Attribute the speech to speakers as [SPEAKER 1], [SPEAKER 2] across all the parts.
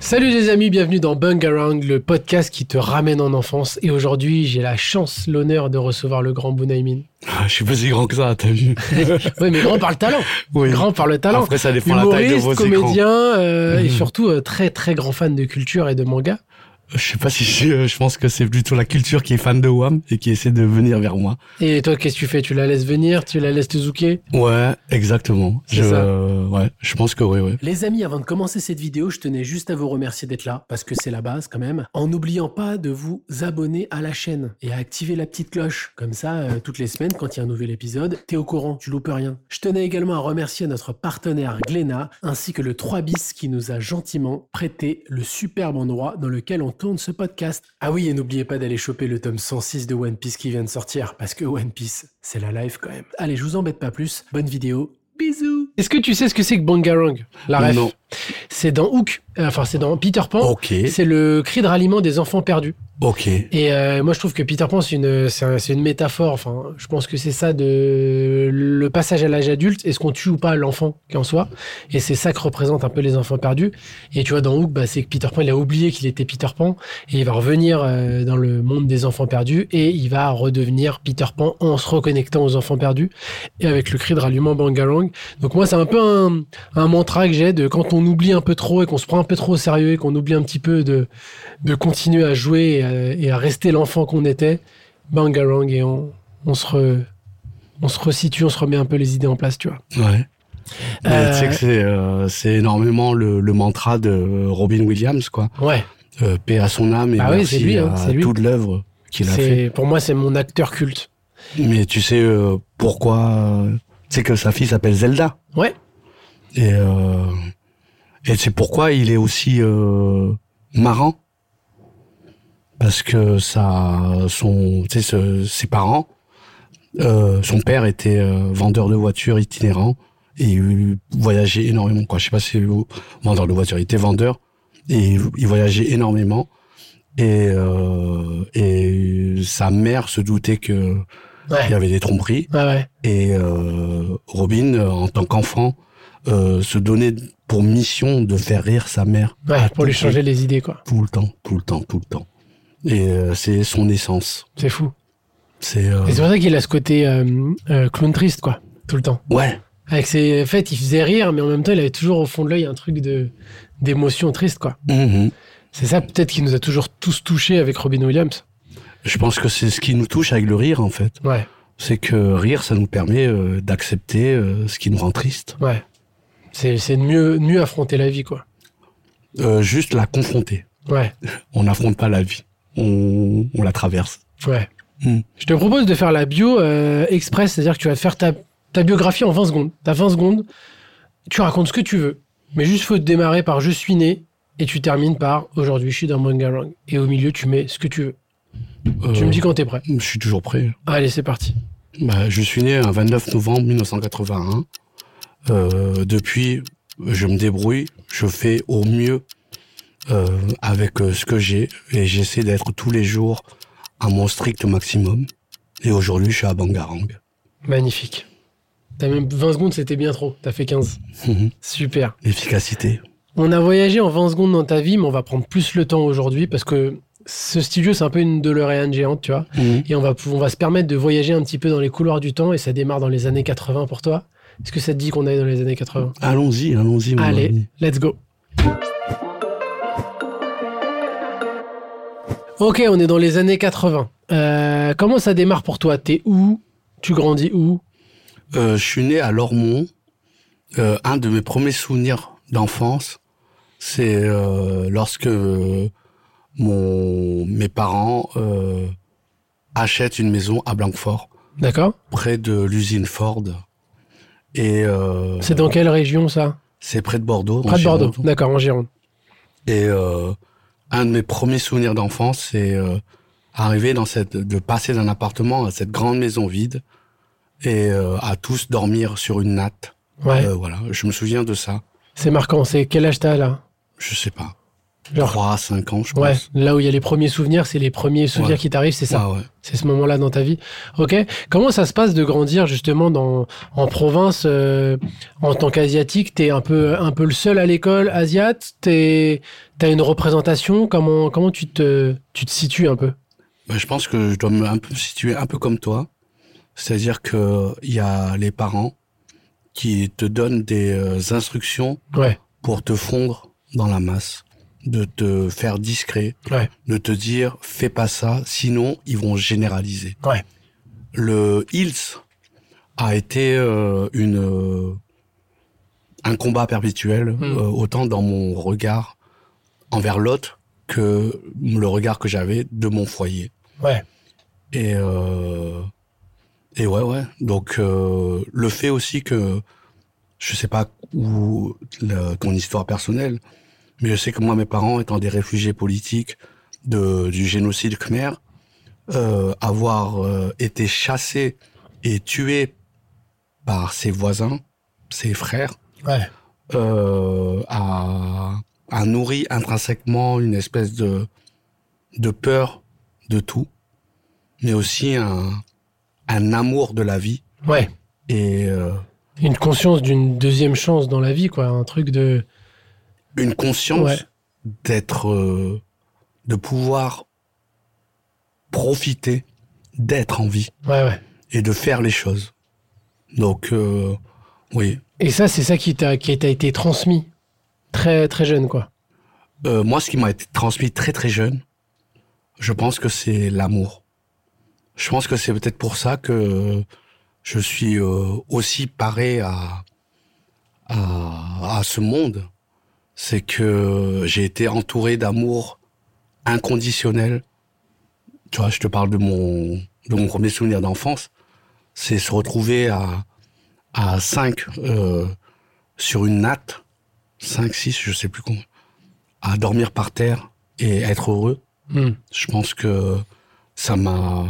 [SPEAKER 1] Salut les amis, bienvenue dans Bung Around, le podcast qui te ramène en enfance. Et aujourd'hui, j'ai la chance, l'honneur de recevoir le grand Bounaïmin.
[SPEAKER 2] Ah, Je suis pas si grand que ça, t'as vu
[SPEAKER 1] Oui, mais grand par le talent.
[SPEAKER 2] Oui.
[SPEAKER 1] Grand par le talent.
[SPEAKER 2] Après, ça dépend la taille de
[SPEAKER 1] Humoriste,
[SPEAKER 2] vos écrans.
[SPEAKER 1] comédien euh, et
[SPEAKER 2] Mhm.
[SPEAKER 1] surtout euh, très très grand fan de culture et de manga.
[SPEAKER 2] Je sais pas si je, je pense que c'est plutôt la culture qui est fan de Wham et qui essaie de venir vers moi.
[SPEAKER 1] Et toi, qu'est-ce que tu fais Tu la laisses venir Tu la laisses te zouker
[SPEAKER 2] Ouais, exactement.
[SPEAKER 1] C'est
[SPEAKER 2] Je,
[SPEAKER 1] ça.
[SPEAKER 2] euh, ouais, je pense que oui, oui.
[SPEAKER 1] Les amis, avant de commencer cette vidéo, je tenais juste à vous remercier d'être là, parce que c'est la base quand même, en n'oubliant pas de vous abonner à la chaîne et à activer la petite cloche. Comme ça, euh, toutes les semaines, quand il y a un nouvel épisode, t'es au courant, tu loupes rien. Je tenais également à remercier notre partenaire Glénat, ainsi que le 3 bis qui nous a gentiment prêté le superbe endroit dans lequel on tourne ce podcast. Ah oui, et n'oubliez pas d'aller choper le tome 106 de One Piece qui vient de sortir, parce que One Piece, c'est la live quand même. Allez, je vous embête pas plus, bonne vidéo. Bisous. Est-ce que tu sais ce que c'est que Bangarang La ref
[SPEAKER 2] Non.
[SPEAKER 1] c'est dans Hook, euh, enfin c'est dans Peter Pan.
[SPEAKER 2] Ok,
[SPEAKER 1] C'est le cri de ralliement des enfants perdus.
[SPEAKER 2] ok.
[SPEAKER 1] Et euh, moi, je trouve que Peter Pan, c'est une, c'est un- c'est une métaphore. Enfin, je pense que c'est ça de le passage à l'âge adulte. Est-ce qu'on tue ou pas l'enfant en soi Et c'est ça que représentent un peu les enfants perdus. Et tu vois, dans Hook, bah, c'est que Peter Pan, il a oublié qu'il était Peter Pan et il va revenir euh, dans le monde des enfants perdus et il va redevenir Peter Pan en se reconnectant aux enfants perdus et avec le cri de ralliement Bangarang. Donc moi, c'est un peu un, un mantra que j'ai de quand on oublie un peu trop et qu'on se prend un peu trop au sérieux et qu'on oublie un petit peu de de continuer à jouer et à, et à rester l'enfant qu'on était, Bangarang, et on, on, se re- on se resitue, on se remet un peu les idées en place, tu vois.
[SPEAKER 2] Ouais. Mais
[SPEAKER 1] Euh,
[SPEAKER 2] Tu sais que c'est euh, c'est énormément le, le mantra de euh, Robin Williams, quoi.
[SPEAKER 1] Ouais,
[SPEAKER 2] Euh, paix à son âme et
[SPEAKER 1] Ah oui,
[SPEAKER 2] merci
[SPEAKER 1] c'est lui, hein,
[SPEAKER 2] à
[SPEAKER 1] c'est lui.
[SPEAKER 2] toute l'œuvre qu'il a fait.
[SPEAKER 1] c'est pour moi, c'est mon acteur culte.
[SPEAKER 2] Mais tu sais euh, pourquoi euh, Tu sais que sa fille s'appelle Zelda.
[SPEAKER 1] Ouais.
[SPEAKER 2] Et, euh, et c'est pourquoi il est aussi euh, marrant. Parce que ça, son, tu sais, ce- ses parents, euh, son père était euh, vendeur de voitures itinérant et il voyageait énormément. Quoi. Je sais pas si vous, vendeur de voitures, il était vendeur et il voyageait énormément. Et, euh, et sa mère se doutait que il y
[SPEAKER 1] Ouais,
[SPEAKER 2] avait des tromperies.
[SPEAKER 1] ouais, ouais.
[SPEAKER 2] Et euh, Robin, euh, en tant qu'enfant, euh, se donnait pour mission de faire rire sa mère
[SPEAKER 1] ouais, pour lui changer les idées, quoi.
[SPEAKER 2] tout le temps, tout le temps, tout le temps. Et euh, c'est son essence.
[SPEAKER 1] C'est fou.
[SPEAKER 2] C'est euh,
[SPEAKER 1] Et c'est pour ça qu'il a ce côté euh, euh, clown triste, quoi, tout le temps.
[SPEAKER 2] ouais,
[SPEAKER 1] Avec ses fêtes, il faisait rire, mais en même temps, il avait toujours au fond de l'œil un truc de d'émotion triste, quoi.
[SPEAKER 2] mhm.
[SPEAKER 1] C'est ça, peut-être, qui nous a toujours tous touchés avec Robin Williams.
[SPEAKER 2] Je pense que c'est ce qui nous touche avec le rire en fait.
[SPEAKER 1] Ouais,
[SPEAKER 2] C'est que rire, ça nous permet euh, d'accepter euh, ce qui nous rend triste.
[SPEAKER 1] ouais. C'est c'est de mieux, de mieux affronter la vie, quoi.
[SPEAKER 2] Euh, juste la confronter.
[SPEAKER 1] Ouais.
[SPEAKER 2] On n'affronte pas la vie. On, on la traverse.
[SPEAKER 1] Ouais.
[SPEAKER 2] Hmm.
[SPEAKER 1] Je te propose de faire la bio euh, express, c'est-à-dire que tu vas faire ta, ta biographie en 20 secondes. T'as 20 secondes, tu racontes ce que tu veux, mais juste faut te démarrer par je suis né et tu termines par aujourd'hui je suis dans Bangarang. Et au milieu, tu mets ce que tu veux. Tu
[SPEAKER 2] Euh,
[SPEAKER 1] me dis quand t'es prêt.
[SPEAKER 2] Je suis toujours prêt.
[SPEAKER 1] Allez, c'est parti.
[SPEAKER 2] Bah, je suis né un 29 novembre 1981. Euh, depuis, je me débrouille, je fais au mieux euh, avec euh, ce que j'ai et j'essaie d'être tous les jours à mon strict maximum. Et aujourd'hui, je suis à Bangarang.
[SPEAKER 1] Magnifique. T'as même 20 secondes, c'était bien trop. T'as fait 15.
[SPEAKER 2] Mhm.
[SPEAKER 1] Super.
[SPEAKER 2] L'efficacité.
[SPEAKER 1] On a voyagé en 20 secondes dans ta vie, mais on va prendre plus le temps aujourd'hui parce que ce studio, c'est un peu une DeLorean géante, tu vois. et on va, pou- on va se permettre de voyager un petit peu dans les couloirs du temps et ça démarre dans les années 80 pour toi. Est-ce que ça te dit qu'on est dans les années 80
[SPEAKER 2] Allons-y, allons-y. mon
[SPEAKER 1] Allez,
[SPEAKER 2] ami.
[SPEAKER 1] let's go. Ok, on est dans les années 80. Euh, comment ça démarre pour toi T'es où Tu grandis où
[SPEAKER 2] Euh, je suis né à Lormont. Euh, un de mes premiers souvenirs d'enfance, c'est euh, lorsque euh, mon, mes parents euh, achètent une maison à Blanquefort,
[SPEAKER 1] D'accord
[SPEAKER 2] près de l'usine Ford. Et euh,
[SPEAKER 1] C'est dans quelle région ça
[SPEAKER 2] c'est près de Bordeaux. en
[SPEAKER 1] Près de Bordeaux.
[SPEAKER 2] Gironde.
[SPEAKER 1] D'accord, en Gironde.
[SPEAKER 2] Et euh, un de mes premiers souvenirs d'enfance, c'est euh, arriver dans cette, de passer d'un appartement à cette grande maison vide et euh, à tous dormir sur une natte.
[SPEAKER 1] Ouais,
[SPEAKER 2] Euh, voilà, je me souviens de ça.
[SPEAKER 1] c'est marquant. C'est quel âge t'as là
[SPEAKER 2] Je sais pas.
[SPEAKER 1] Genre-
[SPEAKER 2] 3, 5 ans, je pense.
[SPEAKER 1] Ouais, là où il y a les premiers souvenirs, c'est les premiers souvenirs
[SPEAKER 2] Ouais.
[SPEAKER 1] qui t'arrivent, c'est ça.
[SPEAKER 2] Ouais, ouais.
[SPEAKER 1] C'est ce moment-là dans ta vie. Ok. Comment ça se passe de grandir justement dans, en province euh, en tant qu'asiatique T'es un peu, un peu le seul à l'école asiate T'es- T'as une représentation Comment, comment tu, te, tu te situes un peu
[SPEAKER 2] Bah, je pense que je dois me, un peu me situer un peu comme toi. C'est-à-dire que il y a les parents qui te donnent des euh, instructions
[SPEAKER 1] Ouais.
[SPEAKER 2] pour te fondre dans la masse, de te faire discret,
[SPEAKER 1] Ouais.
[SPEAKER 2] de te dire fais pas ça, sinon ils vont généraliser.
[SPEAKER 1] Ouais.
[SPEAKER 2] Le Hills a été euh, une euh, un combat perpétuel,
[SPEAKER 1] Hmm.
[SPEAKER 2] euh, autant dans mon regard envers l'autre que le regard que j'avais de mon foyer.
[SPEAKER 1] Ouais.
[SPEAKER 2] Et euh, et ouais ouais. Donc euh, le fait aussi que je sais pas où la- ton histoire personnelle, mais je sais que moi mes parents étant des réfugiés politiques de du génocide khmer, euh, avoir euh, été chassés et tués par ses voisins, ses frères,
[SPEAKER 1] Ouais.
[SPEAKER 2] euh, a, a nourri intrinsèquement une espèce de, de peur de tout, mais aussi un, un amour de la vie.
[SPEAKER 1] Ouais.
[SPEAKER 2] Et euh,
[SPEAKER 1] Une conscience d'une deuxième chance dans la vie, quoi. Un truc de.
[SPEAKER 2] une conscience
[SPEAKER 1] Ouais.
[SPEAKER 2] d'être euh, de pouvoir profiter d'être en vie
[SPEAKER 1] Ouais, ouais.
[SPEAKER 2] et de faire les choses donc euh, oui
[SPEAKER 1] Et ça, c'est ça qui t'a qui t'a été transmis très très jeune, quoi.
[SPEAKER 2] Euh, moi ce qui m'a été transmis très très jeune je pense que c'est l'amour je pense que c'est peut-être pour ça que je suis euh, aussi paré à, à à ce monde c'est que j'ai été entouré d'amour inconditionnel. Tu vois, je te parle de mon, de mon premier souvenir d'enfance. C'est se retrouver à, à 5 sur une natte, 5, 6, je sais plus combien, à dormir par terre et être heureux.
[SPEAKER 1] Hmm.
[SPEAKER 2] Je pense que ça m'a,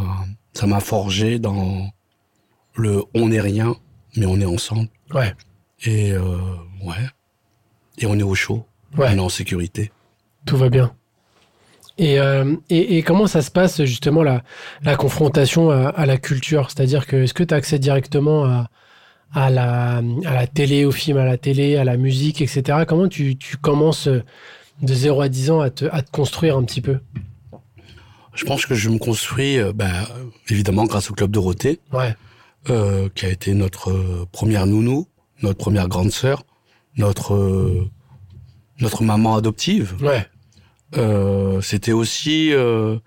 [SPEAKER 2] ça m'a forgé dans le on n'est rien, mais on est ensemble.
[SPEAKER 1] Ouais.
[SPEAKER 2] Et euh, ouais. Et on est au chaud.
[SPEAKER 1] Ouais.
[SPEAKER 2] On est en sécurité.
[SPEAKER 1] Tout va bien. Et, euh, et, et comment ça se passe justement la, la confrontation à, à la culture C'est-à-dire que est-ce que tu as accès directement à, à, la, à la télé, au film, à la télé, à la musique, etc. Comment tu, tu commences euh, de 0 à 10 ans à te, à te construire un petit peu
[SPEAKER 2] Je pense que je me construis, euh, bah, euh, évidemment, grâce au Club Dorothée,
[SPEAKER 1] Ouais,
[SPEAKER 2] euh, qui a été notre euh, première nounou, notre première grande sœur, notre, euh, notre maman adoptive.
[SPEAKER 1] ouais,
[SPEAKER 2] Euh, C'était aussi, euh,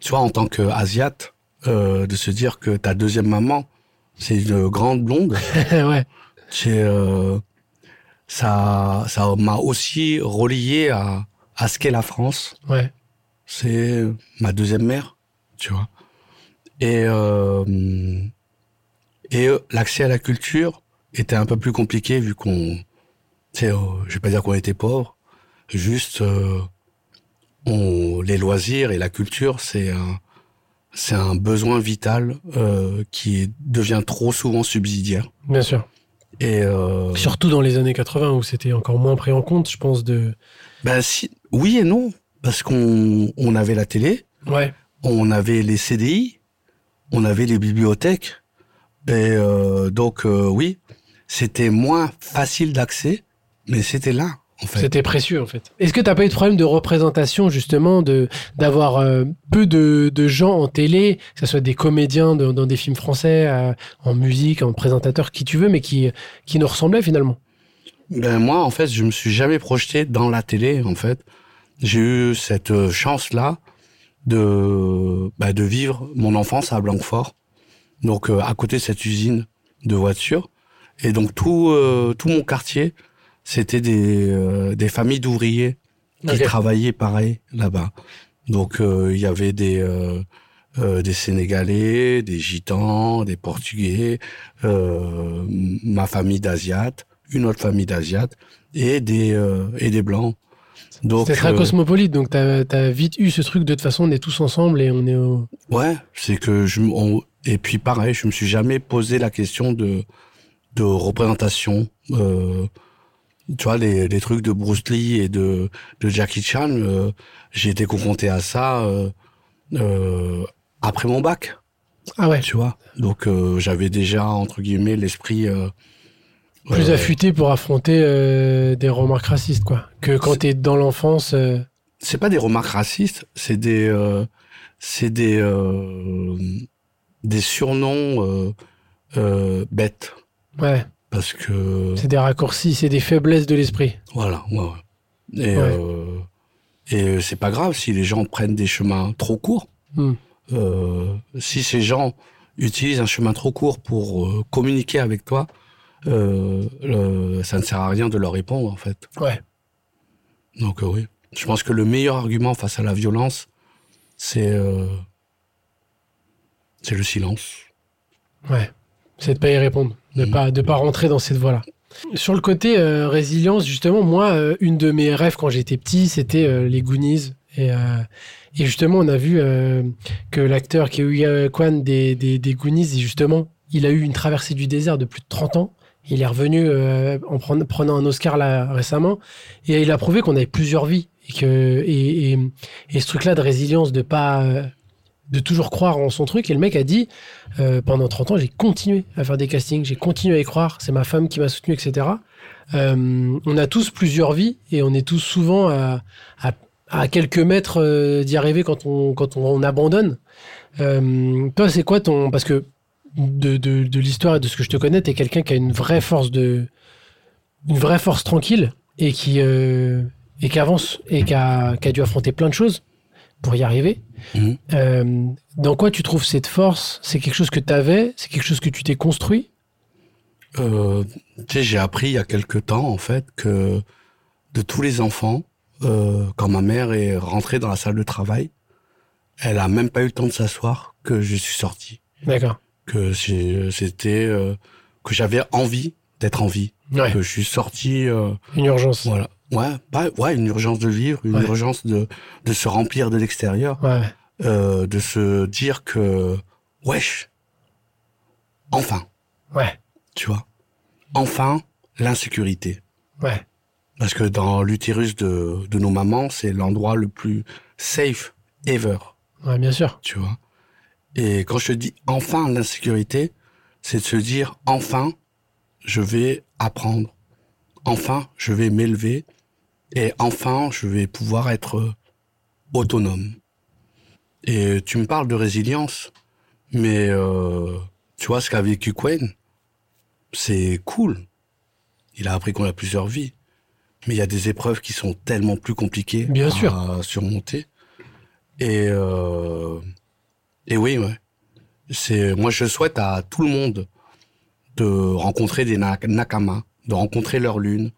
[SPEAKER 2] tu vois, en tant qu'asiate, euh, de se dire que ta deuxième maman, c'est une grande blonde.
[SPEAKER 1] ouais,
[SPEAKER 2] C'est, euh, ça ça m'a aussi relié à, à ce qu'est la France.
[SPEAKER 1] ouais,
[SPEAKER 2] c'est ma deuxième mère, tu vois. Et, euh, et euh, l'accès à la culture était un peu plus compliqué vu qu'on, tu sais, euh, je vais pas dire qu'on était pauvre, juste euh, on, les loisirs et la culture, c'est un, c'est un besoin vital euh, qui est- devient trop souvent subsidiaire.
[SPEAKER 1] bien sûr.
[SPEAKER 2] Et euh,
[SPEAKER 1] Surtout dans les années 80 où c'était encore moins pris en compte, je pense, de...
[SPEAKER 2] ben, si, oui et non, parce qu'on on avait la télé,
[SPEAKER 1] Ouais,
[SPEAKER 2] on avait les CDI, on avait les bibliothèques. Et euh, donc, euh, oui, c'était moins facile d'accès, mais c'était là, en fait.
[SPEAKER 1] C'était précieux en fait. Est-ce que t'as pas eu de problème de représentation justement, de d'avoir euh, peu de, de gens en télé, que ce soit des comédiens de- dans des films français, euh, en musique, en présentateur, qui tu veux, mais qui qui nous ressemblaient finalement.
[SPEAKER 2] Ben, moi, en fait, je me suis jamais projeté dans la télé, en fait. J'ai eu cette euh, chance-là de, bah, de vivre mon enfance à Blanquefort, donc euh, à côté de cette usine de voitures. Et donc, tout, euh, tout mon quartier, c'était des, euh, des familles d'ouvriers qui
[SPEAKER 1] Ok.
[SPEAKER 2] travaillaient pareil là-bas. Donc euh, il y avait des euh, euh, des Sénégalais, des Gitans, des Portugais, euh, m- ma famille d'Asiates, une autre famille d'Asiates et des euh, et des blancs. Donc
[SPEAKER 1] C'était très
[SPEAKER 2] euh,
[SPEAKER 1] cosmopolite, donc t'as as vite eu ce truc de toute façon, on est tous ensemble et on est au...
[SPEAKER 2] ouais, c'est que je m- on- et puis pareil, je me suis jamais posé la question de de représentation euh, tu vois, les, les trucs de Bruce Lee et de, de Jackie Chan, euh, j'ai été confronté à ça euh, euh, après mon bac,
[SPEAKER 1] Ah ouais.
[SPEAKER 2] tu vois. Donc euh, j'avais déjà, entre guillemets, l'esprit... euh,
[SPEAKER 1] Plus
[SPEAKER 2] euh,
[SPEAKER 1] affûté pour affronter euh, des remarques racistes, quoi. Que quand t'es dans l'enfance. euh,
[SPEAKER 2] c'est pas des remarques racistes, c'est des... euh, c'est des... euh, des surnoms euh, euh, bêtes.
[SPEAKER 1] Ouais,
[SPEAKER 2] Parce que...
[SPEAKER 1] c'est des raccourcis, c'est des faiblesses de l'esprit.
[SPEAKER 2] Voilà, ouais, ouais.
[SPEAKER 1] Ouais.
[SPEAKER 2] Et, euh, et c'est pas grave si les gens prennent des chemins trop courts.
[SPEAKER 1] Hmm.
[SPEAKER 2] Euh, si ces gens utilisent un chemin trop court pour euh, communiquer avec toi, euh, le- ça ne sert à rien de leur répondre, en fait.
[SPEAKER 1] Ouais.
[SPEAKER 2] Donc, euh, oui. Je pense que le meilleur argument face à la violence, c'est euh, c'est le silence.
[SPEAKER 1] Ouais, c'est de pas y répondre, de
[SPEAKER 2] Mhm.
[SPEAKER 1] pas de pas rentrer dans cette voie-là. Sur le côté euh, résilience, justement, moi, euh, une de mes rêves quand j'étais petit, c'était euh, les Goonies. Et, euh, et justement, on a vu euh, que l'acteur Kiwi Kwan des, des, des Goonies, et justement, il a eu une traversée du désert de plus de 30 ans. Il est revenu euh, en prenant, prenant un Oscar là récemment. Et il a prouvé qu'on avait plusieurs vies. Et, que, et, et, et ce truc-là de résilience, de pas. euh, de toujours croire en son truc. Et le mec a dit euh, pendant 30 ans, j'ai continué à faire des castings, j'ai continué à y croire, c'est ma femme qui m'a soutenu, etc. Euh, on a tous plusieurs vies et on est tous souvent à, à- à quelques mètres euh, d'y arriver quand on, quand on, on abandonne. Euh, toi, c'est quoi ton. Parce que de, de- de l'histoire et de ce que je te connais, t'es quelqu'un qui a une vraie force de. une vraie force tranquille et qui. euh, et qui avance et qui a, qui a dû affronter plein de choses pour y arriver.
[SPEAKER 2] Mhm.
[SPEAKER 1] Euh, dans quoi tu trouves cette force C'est quelque chose que tu avais C'est quelque chose que tu t'es construit
[SPEAKER 2] Euh, tu sais, j'ai appris il y a quelque temps, en fait, que de tous les enfants, euh, quand ma mère est rentrée dans la salle de travail, elle a même pas eu le temps de s'asseoir que je suis sorti,
[SPEAKER 1] D'accord.
[SPEAKER 2] que j'ai- c'était euh, que j'avais envie d'être en vie,
[SPEAKER 1] Ouais.
[SPEAKER 2] que je suis sorti, euh,
[SPEAKER 1] Une urgence. Ouais.
[SPEAKER 2] voilà, ouais, pas, ouais, une urgence de vivre, une
[SPEAKER 1] Ouais.
[SPEAKER 2] urgence de de se remplir de l'extérieur, euh, de se dire que wesh, enfin,
[SPEAKER 1] Ouais.
[SPEAKER 2] tu vois, enfin l'insécurité.
[SPEAKER 1] Ouais.
[SPEAKER 2] Parce que dans l'utérus de, de nos mamans, c'est l'endroit le plus safe ever,
[SPEAKER 1] Ouais, bien sûr.
[SPEAKER 2] tu vois. Et quand je te dis enfin l'insécurité, c'est de se dire enfin, je vais apprendre. Enfin, je vais m'élever. Et enfin, je vais pouvoir être autonome. Et tu me parles de résilience, mais euh, tu vois ce qu'a vécu Quen, c'est cool. Il a appris qu'on a plusieurs vies. Mais il y a des épreuves qui sont tellement plus compliquées
[SPEAKER 1] Bien
[SPEAKER 2] à
[SPEAKER 1] sûr.
[SPEAKER 2] surmonter. Et, euh, et oui, ouais. C'est, moi, je souhaite à tout le monde de rencontrer des na- nakamas, de rencontrer leur lune,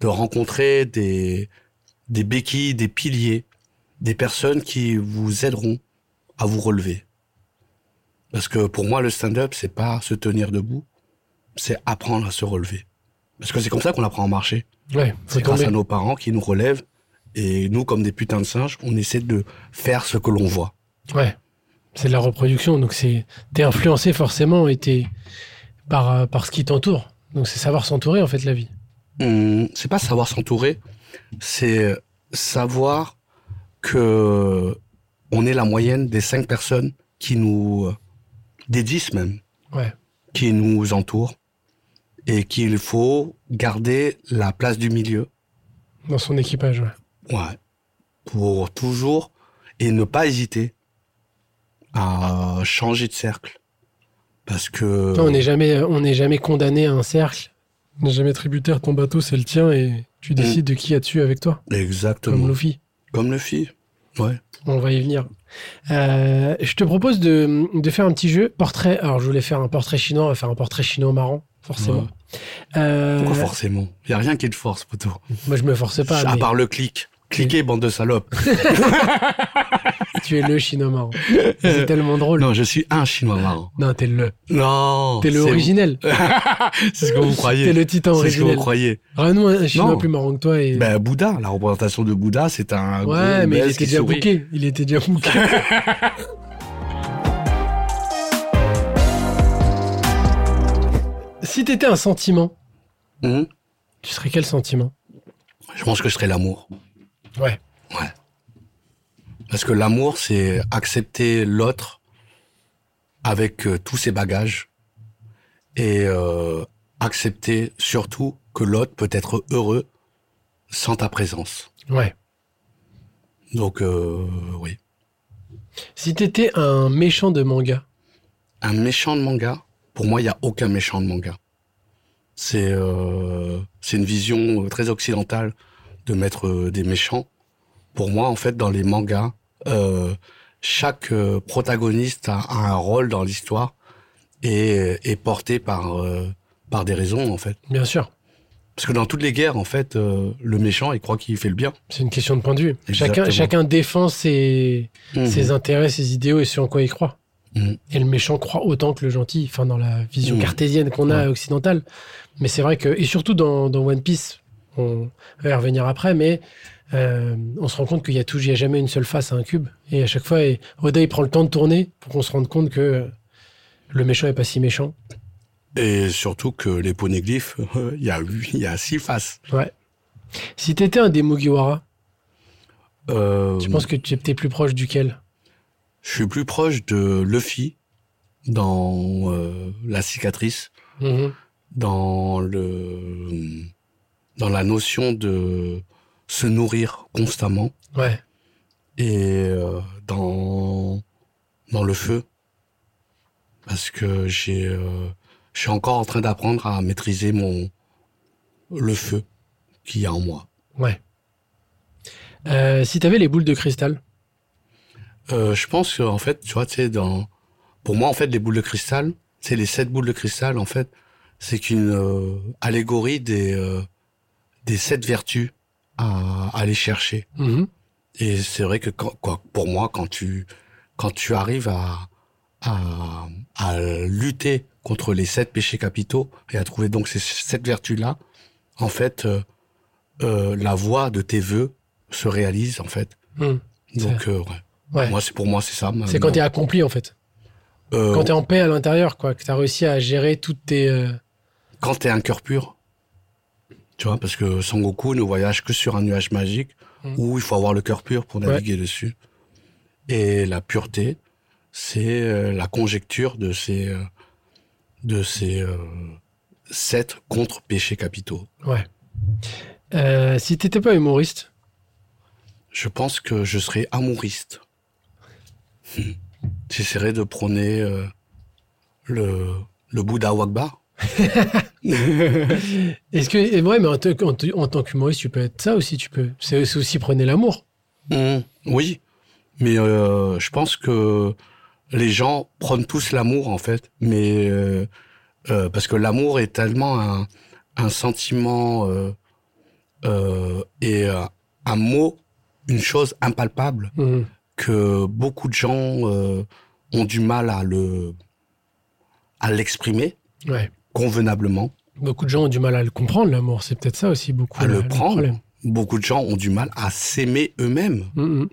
[SPEAKER 2] de rencontrer des, des béquilles, des piliers, des personnes qui vous aideront à vous relever. Parce que pour moi, le stand-up, c'est pas se tenir debout, c'est apprendre à se relever. Parce que c'est comme ça qu'on apprend à marcher.
[SPEAKER 1] Ouais. Faut
[SPEAKER 2] C'est grâce
[SPEAKER 1] tomber.
[SPEAKER 2] à nos parents qui nous relèvent. Et nous, comme des putains de singes, on essaie de faire ce que l'on voit.
[SPEAKER 1] Ouais. C'est de la reproduction. Donc, c'est t'es influencé forcément et t'es par, euh, par ce qui t'entoure. Donc, c'est savoir s'entourer, en fait, la vie.
[SPEAKER 2] Hum, c'est pas savoir s'entourer, c'est euh, savoir que on est la moyenne des cinq personnes qui nous, euh, des dix même,
[SPEAKER 1] Ouais.
[SPEAKER 2] qui nous entourent, et qu'il faut garder la place du milieu,
[SPEAKER 1] Dans son équipage. Ouais.
[SPEAKER 2] ouais, pour toujours et ne pas hésiter à changer de cercle, parce que
[SPEAKER 1] Toi, on n'est jamais, on n'est jamais condamné à un cercle. Euh. On n'est jamais tributaire. Ton bateau, c'est le tien et tu décides de qui y a dessus avec toi. Comme
[SPEAKER 2] exactement
[SPEAKER 1] Luffy.
[SPEAKER 2] comme le fille, ouais,
[SPEAKER 1] On va y venir. Euh, je te propose de, de faire un petit jeu portrait. Alors, je voulais faire un portrait chinois. On va faire un portrait chinois marrant, forcément.
[SPEAKER 2] Ouais.
[SPEAKER 1] Euh,
[SPEAKER 2] pourquoi Ah, forcément, y a rien qui te force, poteau.
[SPEAKER 1] moi, je me force pas.
[SPEAKER 2] à
[SPEAKER 1] mais Oh,
[SPEAKER 2] part le clic. Cliquez, bande de salopes.
[SPEAKER 1] tu es le chinois marrant. C'est tellement drôle.
[SPEAKER 2] Non, je suis un chinois marrant.
[SPEAKER 1] Non, t'es le.
[SPEAKER 2] Non.
[SPEAKER 1] T'es le
[SPEAKER 2] c'est-
[SPEAKER 1] originel.
[SPEAKER 2] C'est ce que vous
[SPEAKER 1] T'es
[SPEAKER 2] croyez.
[SPEAKER 1] le titan
[SPEAKER 2] C'est ce que vous
[SPEAKER 1] originel.
[SPEAKER 2] croyez.
[SPEAKER 1] Rends-nous un chinois
[SPEAKER 2] Non.
[SPEAKER 1] plus marrant que toi. Et...
[SPEAKER 2] Ben, Bouddha, la représentation de Bouddha, c'est un. gros
[SPEAKER 1] ouais, mais il
[SPEAKER 2] obèse
[SPEAKER 1] était
[SPEAKER 2] qui
[SPEAKER 1] déjà
[SPEAKER 2] sourit.
[SPEAKER 1] bouqué. Il était déjà bouqué. si t'étais un sentiment,
[SPEAKER 2] Hum,
[SPEAKER 1] Tu serais quel sentiment
[SPEAKER 2] Je pense que je serais l'amour.
[SPEAKER 1] Ouais.
[SPEAKER 2] Ouais. Parce que l'amour, c'est accepter l'autre avec euh, tous ses bagages et euh, accepter surtout que l'autre peut être heureux sans ta présence.
[SPEAKER 1] Ouais.
[SPEAKER 2] Donc, euh, oui.
[SPEAKER 1] Si t'étais un méchant de manga,
[SPEAKER 2] Un méchant de manga, pour moi, il n'y a aucun méchant de manga. C'est euh, c'est une vision euh, très occidentale de mettre euh, des méchants. Pour moi, en fait, dans les mangas, euh, chaque euh, protagoniste a, a un rôle dans l'histoire et est porté par, euh, par des raisons, en fait.
[SPEAKER 1] bien sûr,
[SPEAKER 2] Parce que dans toutes les guerres, en fait, euh, le méchant, il croit qu'il fait le bien.
[SPEAKER 1] c'est une question de point de vue. Chacun,
[SPEAKER 2] Exactement.
[SPEAKER 1] chacun défend ses,
[SPEAKER 2] Mhm.
[SPEAKER 1] ses intérêts, ses idéaux et ce en quoi il croit.
[SPEAKER 2] Mhm.
[SPEAKER 1] Et le méchant croit autant que le gentil, enfin dans la vision
[SPEAKER 2] Mhm.
[SPEAKER 1] cartésienne qu'on a occidentale. Mais c'est vrai que, et surtout dans, dans One Piece, on va y revenir après, mais euh, on se rend compte qu'il y a tout, il n'y a jamais une seule face à un cube. Et à chaque fois, et Oda il prend le temps de tourner pour qu'on se rende compte que euh, le méchant est pas si méchant.
[SPEAKER 2] Et surtout que les poneglyphes, il y, a huit- il y a six faces.
[SPEAKER 1] Si t'étais un des Mugiwara,
[SPEAKER 2] Euh,
[SPEAKER 1] tu penses que tu étais plus proche duquel
[SPEAKER 2] Je suis plus proche de Luffy dans euh, la cicatrice,
[SPEAKER 1] Mhm.
[SPEAKER 2] dans le dans la notion de se nourrir constamment
[SPEAKER 1] Ouais.
[SPEAKER 2] et euh, dans dans le feu parce que j'ai euh, je suis encore en train d'apprendre à maîtriser mon le feu qu'il y a en moi.
[SPEAKER 1] Ouais. Euh, si t'avais les boules de cristal,
[SPEAKER 2] Euh, je pense que, en fait, tu vois, tu sais, dans pour moi en fait les boules de cristal, c'est les sept boules de cristal en fait, c'est qu'une euh, allégorie des euh, des sept vertus à à aller chercher.
[SPEAKER 1] Mhm.
[SPEAKER 2] Et c'est vrai que quand, quoi, pour moi quand tu quand tu arrives à à à lutter contre les sept péchés capitaux et à trouver donc ces sept vertus là, en fait euh, euh, la voie de tes vœux se réalise en fait.
[SPEAKER 1] Mhm.
[SPEAKER 2] Donc euh, ouais.
[SPEAKER 1] ouais.
[SPEAKER 2] Moi, c'est pour moi, c'est ça. ma-
[SPEAKER 1] c'est quand
[SPEAKER 2] ma-
[SPEAKER 1] t'es accompli en fait.
[SPEAKER 2] Euh,
[SPEAKER 1] Quand t'es en paix à l'intérieur, quoi, que t'as réussi à gérer toutes tes. euh,
[SPEAKER 2] quand t'es un cœur pur. Tu vois, parce que Son Goku ne voyage que sur un nuage magique
[SPEAKER 1] Mm.
[SPEAKER 2] où il faut avoir le cœur pur pour
[SPEAKER 1] Ouais.
[SPEAKER 2] naviguer dessus. Et la pureté, c'est euh, la conjecture de ces, euh, de ces euh, sept contre-péchés capitaux.
[SPEAKER 1] Ouais. Euh, si t'étais pas humoriste,
[SPEAKER 2] Je pense que je serai amouriste. Hmm. J'essaierai de prôner euh, le, le Bouddha Wakbar.
[SPEAKER 1] est-ce que. et Ouais, mais en, te- en te- en tant qu'humoriste, tu peux être ça aussi, tu peux. C'est c'est aussi prenez l'amour.
[SPEAKER 2] Mmh, oui, mais euh, je pense que les gens prennent tous l'amour en fait, mais euh, euh, parce que l'amour est tellement un, un sentiment euh, euh, et euh, un mot, une chose impalpable
[SPEAKER 1] Mhm.
[SPEAKER 2] que beaucoup de gens euh, ont du mal à le à l'exprimer
[SPEAKER 1] Ouais.
[SPEAKER 2] convenablement.
[SPEAKER 1] Beaucoup de gens ont du mal à le comprendre, l'amour. C'est peut-être ça aussi, beaucoup.
[SPEAKER 2] À le
[SPEAKER 1] la-
[SPEAKER 2] prendre.
[SPEAKER 1] problème.
[SPEAKER 2] Beaucoup de gens ont du mal à s'aimer eux-mêmes.
[SPEAKER 1] Mhm.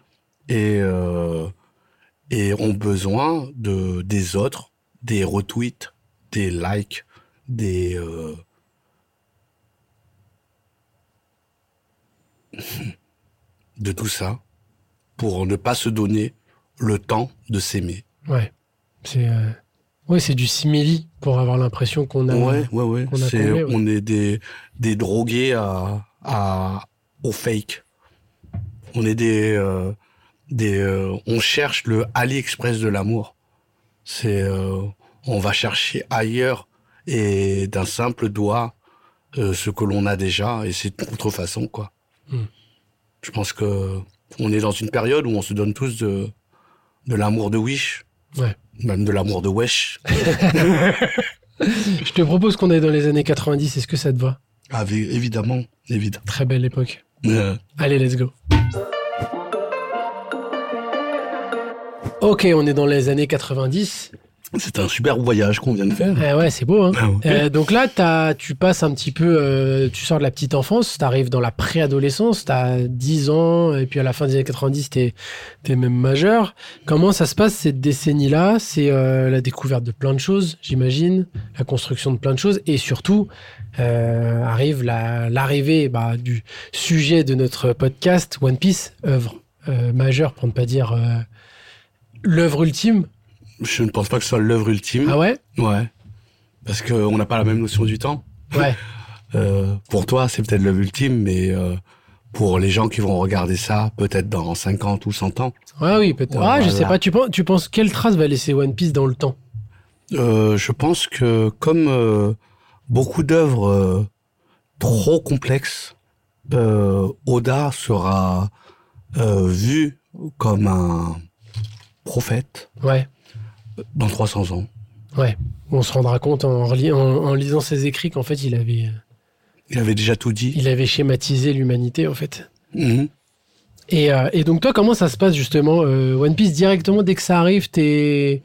[SPEAKER 2] et, euh, et ont besoin de, des autres, des retweets, des likes, des... euh, de tout ça pour ne pas se donner le temps de s'aimer.
[SPEAKER 1] Ouais. C'est. euh, Ouais, c'est du simili pour avoir l'impression qu'on a.
[SPEAKER 2] Ouais, ouais, ouais.
[SPEAKER 1] on a
[SPEAKER 2] C'est-
[SPEAKER 1] comblé, ouais.
[SPEAKER 2] On est des, des drogués à, à, au fake. On est des, euh, des, euh, on cherche le AliExpress de l'amour. C'est, euh, on va chercher ailleurs et d'un simple doigt euh, ce que l'on a déjà et c'est une contrefaçon quoi.
[SPEAKER 1] Hmm.
[SPEAKER 2] Je pense que on est dans une période où on se donne tous de, de l'amour de Wish.
[SPEAKER 1] Ouais.
[SPEAKER 2] Même de l'amour de Wesh.
[SPEAKER 1] Je te propose qu'on aille dans les années 90, est-ce que ça te va
[SPEAKER 2] Avec, Ah, évidemment, évidemment.
[SPEAKER 1] Très belle époque.
[SPEAKER 2] Euh,
[SPEAKER 1] Allez, let's go. Ok, on est dans les années 90.
[SPEAKER 2] C'est un super voyage qu'on vient de faire.
[SPEAKER 1] Eh ouais, c'est beau. Hein.
[SPEAKER 2] Ah ouais.
[SPEAKER 1] Euh, donc là, t'as- tu passes un petit peu, euh, tu sors de la petite enfance, tu arrives dans la préadolescence, tu as 10 ans, et puis à la fin des années 90, tu es, même majeur. Comment ça se passe cette décennie-là C'est euh, la découverte de plein de choses, j'imagine, la construction de plein de choses, et surtout, euh, arrive la- l'arrivée bah, du sujet de notre podcast, One Piece, œuvre euh, majeure, pour ne pas dire euh, l'œuvre ultime.
[SPEAKER 2] Je ne pense pas que ce soit l'œuvre ultime.
[SPEAKER 1] Ah ouais
[SPEAKER 2] Ouais. Parce qu'on n'a pas la même notion du temps.
[SPEAKER 1] Ouais.
[SPEAKER 2] Euh, pour toi, c'est peut-être l'œuvre ultime, mais euh, pour les gens qui vont regarder ça, peut-être dans 50 ou 100 ans,
[SPEAKER 1] Ouais, oui, peut-être.
[SPEAKER 2] Ouais,
[SPEAKER 1] ah, je
[SPEAKER 2] voilà.
[SPEAKER 1] sais pas. Tu penses, tu penses quelle trace va laisser One Piece dans le temps
[SPEAKER 2] euh, je pense que comme euh, beaucoup d'œuvres euh, trop complexes, euh, Oda sera euh, vu comme un prophète
[SPEAKER 1] Ouais.
[SPEAKER 2] dans 300 ans.
[SPEAKER 1] On se rendra compte en, reli- en- en lisant ses écrits qu'en fait, il avait,
[SPEAKER 2] Il avait déjà tout dit.
[SPEAKER 1] il avait schématisé l'humanité, en fait.
[SPEAKER 2] Mhm.
[SPEAKER 1] Et, euh, et donc, toi, comment ça se passe, justement euh, One Piece, directement, dès que ça arrive, t'es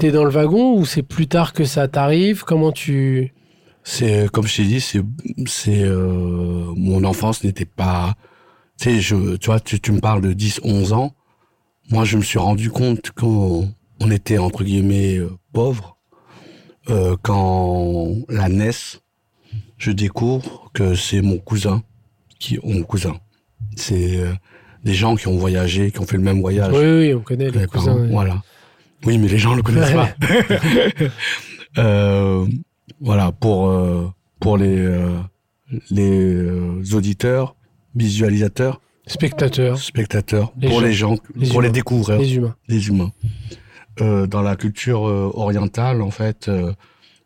[SPEAKER 1] es dans le wagon ou c'est plus tard que ça t'arrive Comment tu...
[SPEAKER 2] C'est euh, comme je t'ai dit, c'est c'est euh, mon enfance n'était pas. Tu sais, je, tu vois, tu, tu me parles de 10, 11 ans. Moi, je me suis rendu compte qu'on on était entre guillemets euh, pauvre euh, quand la NES, je découvre que c'est mon cousin qui mon cousin. C'est euh, des gens qui ont voyagé, qui ont fait le même voyage.
[SPEAKER 1] Oui, oui, on connaît
[SPEAKER 2] Les
[SPEAKER 1] les cousins.
[SPEAKER 2] parents,
[SPEAKER 1] ouais.
[SPEAKER 2] Voilà. Oui, mais les gens le connaissent
[SPEAKER 1] Ouais.
[SPEAKER 2] pas. Euh, voilà pour euh, pour les euh, les euh, auditeurs, visualisateurs,
[SPEAKER 1] Spectateurs,
[SPEAKER 2] spectateurs,
[SPEAKER 1] Les
[SPEAKER 2] pour
[SPEAKER 1] gens.
[SPEAKER 2] les gens,
[SPEAKER 1] Les
[SPEAKER 2] pour les
[SPEAKER 1] humains.
[SPEAKER 2] découvreurs, les,
[SPEAKER 1] les humains.
[SPEAKER 2] humains. Euh, dans la culture euh, orientale, en fait, euh,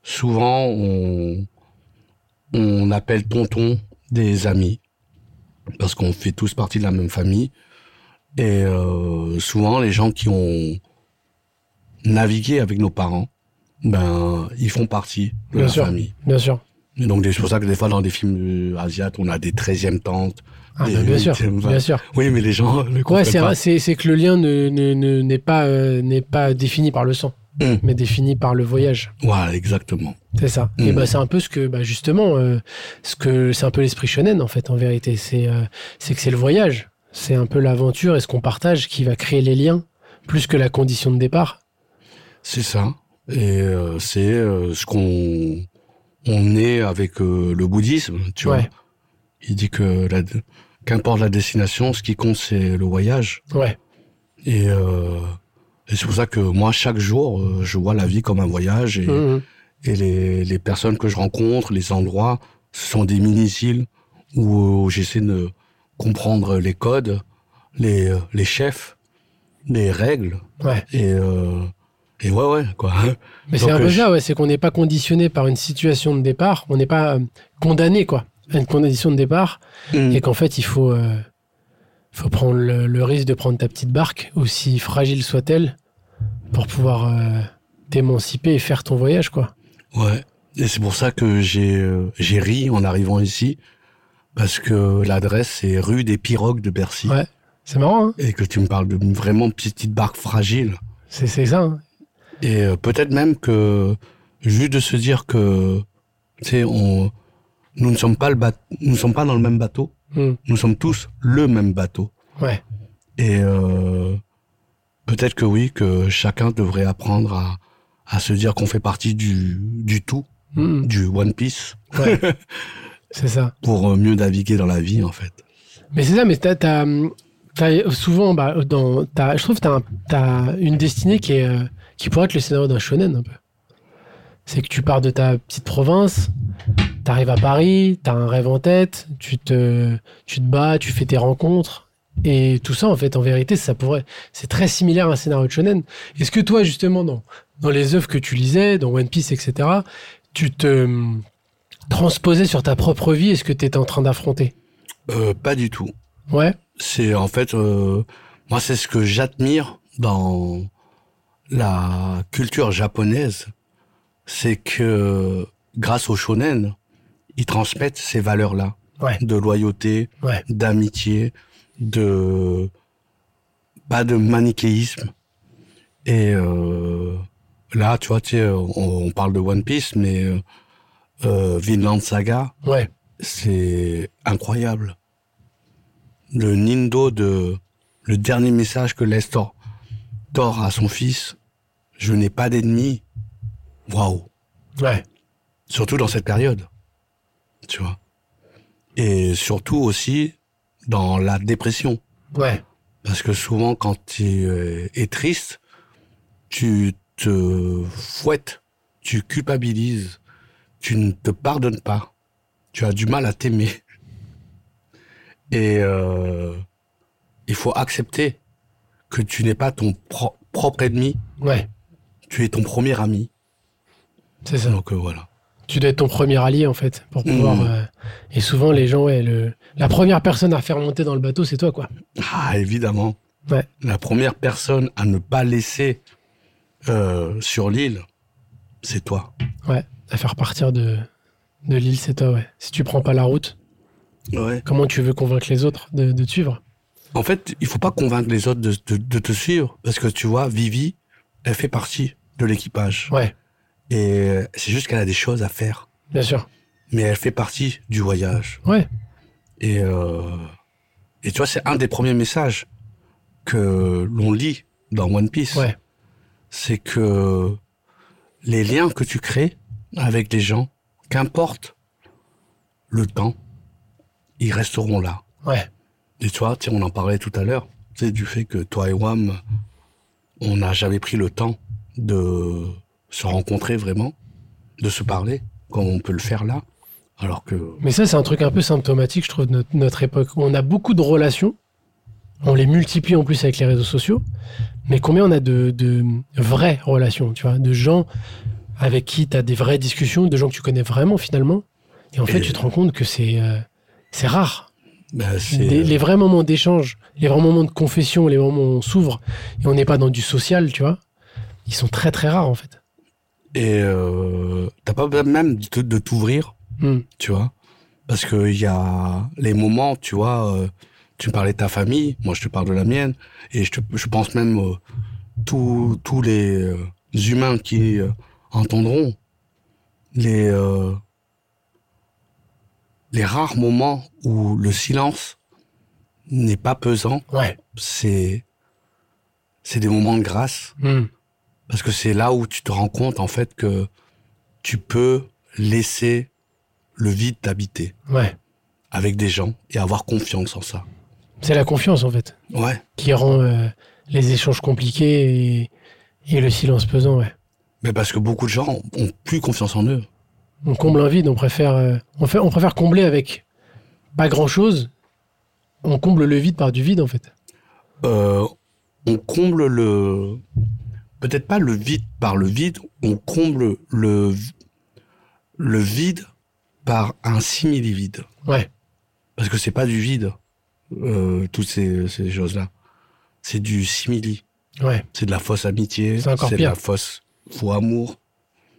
[SPEAKER 2] souvent on on appelle tonton des amis parce qu'on fait tous partie de la même famille. Et euh, souvent, les gens qui ont navigué avec nos parents, ben, ils font partie de
[SPEAKER 1] Bien
[SPEAKER 2] la
[SPEAKER 1] sûr.
[SPEAKER 2] famille.
[SPEAKER 1] Bien sûr.
[SPEAKER 2] Et donc, c'est pour ça que des fois, dans des films euh, asiates, on a des 13e tantes.
[SPEAKER 1] Ah,
[SPEAKER 2] des
[SPEAKER 1] bah, bien sûr.
[SPEAKER 2] 8e,
[SPEAKER 1] Bien sûr.
[SPEAKER 2] Oui, mais les gens le
[SPEAKER 1] Ouais,
[SPEAKER 2] comprennent
[SPEAKER 1] c'est
[SPEAKER 2] pas.
[SPEAKER 1] vrai, c'est c'est que le lien ne- ne- ne- n'est pas, euh, n'est pas défini par le sang,
[SPEAKER 2] Mm.
[SPEAKER 1] mais défini par le voyage.
[SPEAKER 2] Voilà, exactement.
[SPEAKER 1] C'est ça.
[SPEAKER 2] Mm.
[SPEAKER 1] Et bah, c'est un peu ce que, bah, justement, euh, ce que c'est un peu l'esprit shonen en fait, en vérité. C'est euh, c'est que c'est le voyage, c'est un peu l'aventure et ce qu'on partage qui va créer les liens plus que la condition de départ.
[SPEAKER 2] C'est ça. Et euh, c'est euh, ce qu'on on est avec euh, le bouddhisme, tu vois.
[SPEAKER 1] ouais,
[SPEAKER 2] Il dit que la- qu'importe la destination, ce qui compte, c'est le voyage.
[SPEAKER 1] ouais,
[SPEAKER 2] Et, euh, et c'est pour ça que moi, chaque jour, euh, je vois la vie comme un voyage. Et,
[SPEAKER 1] Mm, mm.
[SPEAKER 2] et les, les personnes que je rencontre, les endroits, ce sont des mini-îles où euh, j'essaie de comprendre les codes, les, euh, les chefs, les règles.
[SPEAKER 1] ouais.
[SPEAKER 2] Et, euh, et ouais, ouais, quoi.
[SPEAKER 1] Mais
[SPEAKER 2] Donc,
[SPEAKER 1] c'est un peu
[SPEAKER 2] euh, je-
[SPEAKER 1] ça, ouais, c'est qu'on n'est pas conditionné par une situation de départ, on n'est pas euh, condamné quoi à une condition de départ
[SPEAKER 2] Mm.
[SPEAKER 1] et qu'en fait il faut euh, faut prendre le, le risque de prendre ta petite barque aussi fragile soit-elle pour pouvoir euh, t'émanciper et faire ton voyage quoi
[SPEAKER 2] Ouais. Et c'est pour ça que j'ai euh, j'ai ri en arrivant ici, parce que l'adresse, c'est rue des Pirogues de Bercy.
[SPEAKER 1] Ouais. c'est marrant hein
[SPEAKER 2] Et que tu me parles de vraiment petite barque fragile.
[SPEAKER 1] c'est c'est ça hein
[SPEAKER 2] Et euh, peut-être même que juste de se dire que tu sais on nous ne sommes pas le ba- nous ne sommes pas dans le même bateau,
[SPEAKER 1] Hmm.
[SPEAKER 2] nous sommes tous le même bateau.
[SPEAKER 1] ouais
[SPEAKER 2] Et euh, peut-être que oui que chacun devrait apprendre à à se dire qu'on fait partie du du tout,
[SPEAKER 1] Mm, mm.
[SPEAKER 2] du One Piece
[SPEAKER 1] Ouais. c'est ça
[SPEAKER 2] pour euh, mieux naviguer dans la vie en fait.
[SPEAKER 1] mais c'est ça mais t'as t'as, hum, t'as souvent bah, dans t'as- je trouve t'as un- t'as une destinée qui est euh, qui pourrait être le scénario d'un shonen un peu c'est que tu pars de ta petite province, t'arrives à Paris, t'as un rêve en tête, tu te, tu te bats, tu fais tes rencontres. Et tout ça, en fait, en vérité, ça pourrait, c'est très similaire à un scénario de shonen. Est-ce que toi, justement, dans, dans les œuvres que tu lisais, dans One Piece, etc., tu te hum, transposais sur ta propre vie et ce que t'étais en train d'affronter
[SPEAKER 2] Euh, pas du tout.
[SPEAKER 1] Ouais,
[SPEAKER 2] C'est en fait, euh, moi, c'est ce que j'admire dans la culture japonaise, c'est que grâce au shonen, ils transmettent ces valeurs-là
[SPEAKER 1] Ouais.
[SPEAKER 2] de loyauté,
[SPEAKER 1] Ouais.
[SPEAKER 2] d'amitié, de pas de manichéisme. Et euh, là, tu vois, tu sais, on, on parle de One Piece, mais euh, euh, Vinland Saga,
[SPEAKER 1] Ouais.
[SPEAKER 2] c'est incroyable. Le Nindo de le dernier message que laisse Thor, Thor à son fils, je n'ai pas d'ennemi. Waouh.
[SPEAKER 1] Ouais.
[SPEAKER 2] Surtout dans cette période. Tu vois. Et surtout aussi dans la dépression.
[SPEAKER 1] Ouais.
[SPEAKER 2] Parce que souvent, quand tu euh, es triste, tu te fouettes, tu culpabilises, tu ne te pardonnes pas, tu as du mal à t'aimer. Et euh, il faut accepter que tu n'es pas ton pro- propre ennemi,
[SPEAKER 1] Ouais.
[SPEAKER 2] tu es ton premier ami.
[SPEAKER 1] C'est ça.
[SPEAKER 2] Donc euh, voilà.
[SPEAKER 1] Tu dois être ton premier allié en fait pour
[SPEAKER 2] Mhm.
[SPEAKER 1] pouvoir. euh, et souvent les gens, ouais, le, la première personne à faire monter dans le bateau, c'est toi quoi.
[SPEAKER 2] Ah, évidemment.
[SPEAKER 1] Ouais.
[SPEAKER 2] La première personne à ne pas laisser euh, sur l'île, c'est toi.
[SPEAKER 1] Ouais. À faire partir de, de l'île, c'est toi. Ouais. Si tu prends pas la route, comment tu veux convaincre les autres de, de te suivre
[SPEAKER 2] En fait, il faut pas convaincre les autres de, de- de te suivre, parce que tu vois, Vivi, elle fait partie de l'équipage.
[SPEAKER 1] Ouais.
[SPEAKER 2] Et euh, c'est juste qu'elle a des choses à faire.
[SPEAKER 1] Bien sûr.
[SPEAKER 2] Mais elle fait partie du voyage.
[SPEAKER 1] Ouais.
[SPEAKER 2] Et, euh, et tu vois, c'est un des premiers messages que l'on lit dans One Piece.
[SPEAKER 1] Ouais.
[SPEAKER 2] C'est que les liens que tu crées avec les gens, qu'importe le temps, ils resteront là.
[SPEAKER 1] Ouais.
[SPEAKER 2] Et tu vois, tiens, on en parlait tout à l'heure, tu sais, du fait que toi et Wam, on n'a jamais pris le temps de se rencontrer vraiment, de se parler, comme on peut le faire là. Alors que,
[SPEAKER 1] Mais ça, c'est un truc un peu symptomatique, je trouve, de notre, notre époque. On a beaucoup de relations. On les multiplie en plus avec les réseaux sociaux. Mais combien on a de, de vraies relations, tu vois, de gens avec qui tu as des vraies discussions, de gens que tu connais vraiment finalement. Et en fait,
[SPEAKER 2] Et-
[SPEAKER 1] tu te rends compte que c'est euh, c'est rare.
[SPEAKER 2] ben, c'est.
[SPEAKER 1] Des- les vrais moments d'échange, les vrais moments de confession, les moments où on s'ouvre et on n'est pas dans du social, tu vois, ils sont très très rares en fait.
[SPEAKER 2] Et euh, t'as pas besoin même de, de t'ouvrir,
[SPEAKER 1] Hmm.
[SPEAKER 2] tu vois. Parce qu'il y a les moments, tu vois, euh, tu me parlais de ta famille, moi je te parle de la mienne, et je, te- je pense même euh, tous tous les euh, humains qui euh, entendront les, euh, les rares moments où le silence n'est pas pesant,
[SPEAKER 1] Ouais.
[SPEAKER 2] c'est c'est des moments de grâce.
[SPEAKER 1] Hmm.
[SPEAKER 2] Parce que c'est là où tu te rends compte, en fait, que tu peux laisser le vide t'habiter
[SPEAKER 1] Ouais.
[SPEAKER 2] avec des gens et avoir confiance en ça.
[SPEAKER 1] C'est la confiance en fait
[SPEAKER 2] Ouais.
[SPEAKER 1] qui rend euh, les échanges compliqués et, et le silence pesant. Ouais.
[SPEAKER 2] Mais parce que beaucoup de gens ont plus confiance en eux.
[SPEAKER 1] On comble un vide, on préfère, euh, on, fait, on préfère combler avec pas grand chose. On comble le vide par du vide en fait.
[SPEAKER 2] Euh, on comble le. Peut-être pas le vide par le vide, on comble le, le vide par un simili-vide.
[SPEAKER 1] Ouais.
[SPEAKER 2] Parce que c'est pas du vide, euh, toutes ces, ces choses-là. C'est du simili.
[SPEAKER 1] Ouais.
[SPEAKER 2] C'est de la fausse amitié.
[SPEAKER 1] C'est encore
[SPEAKER 2] de
[SPEAKER 1] pire.
[SPEAKER 2] la fausse faux amour.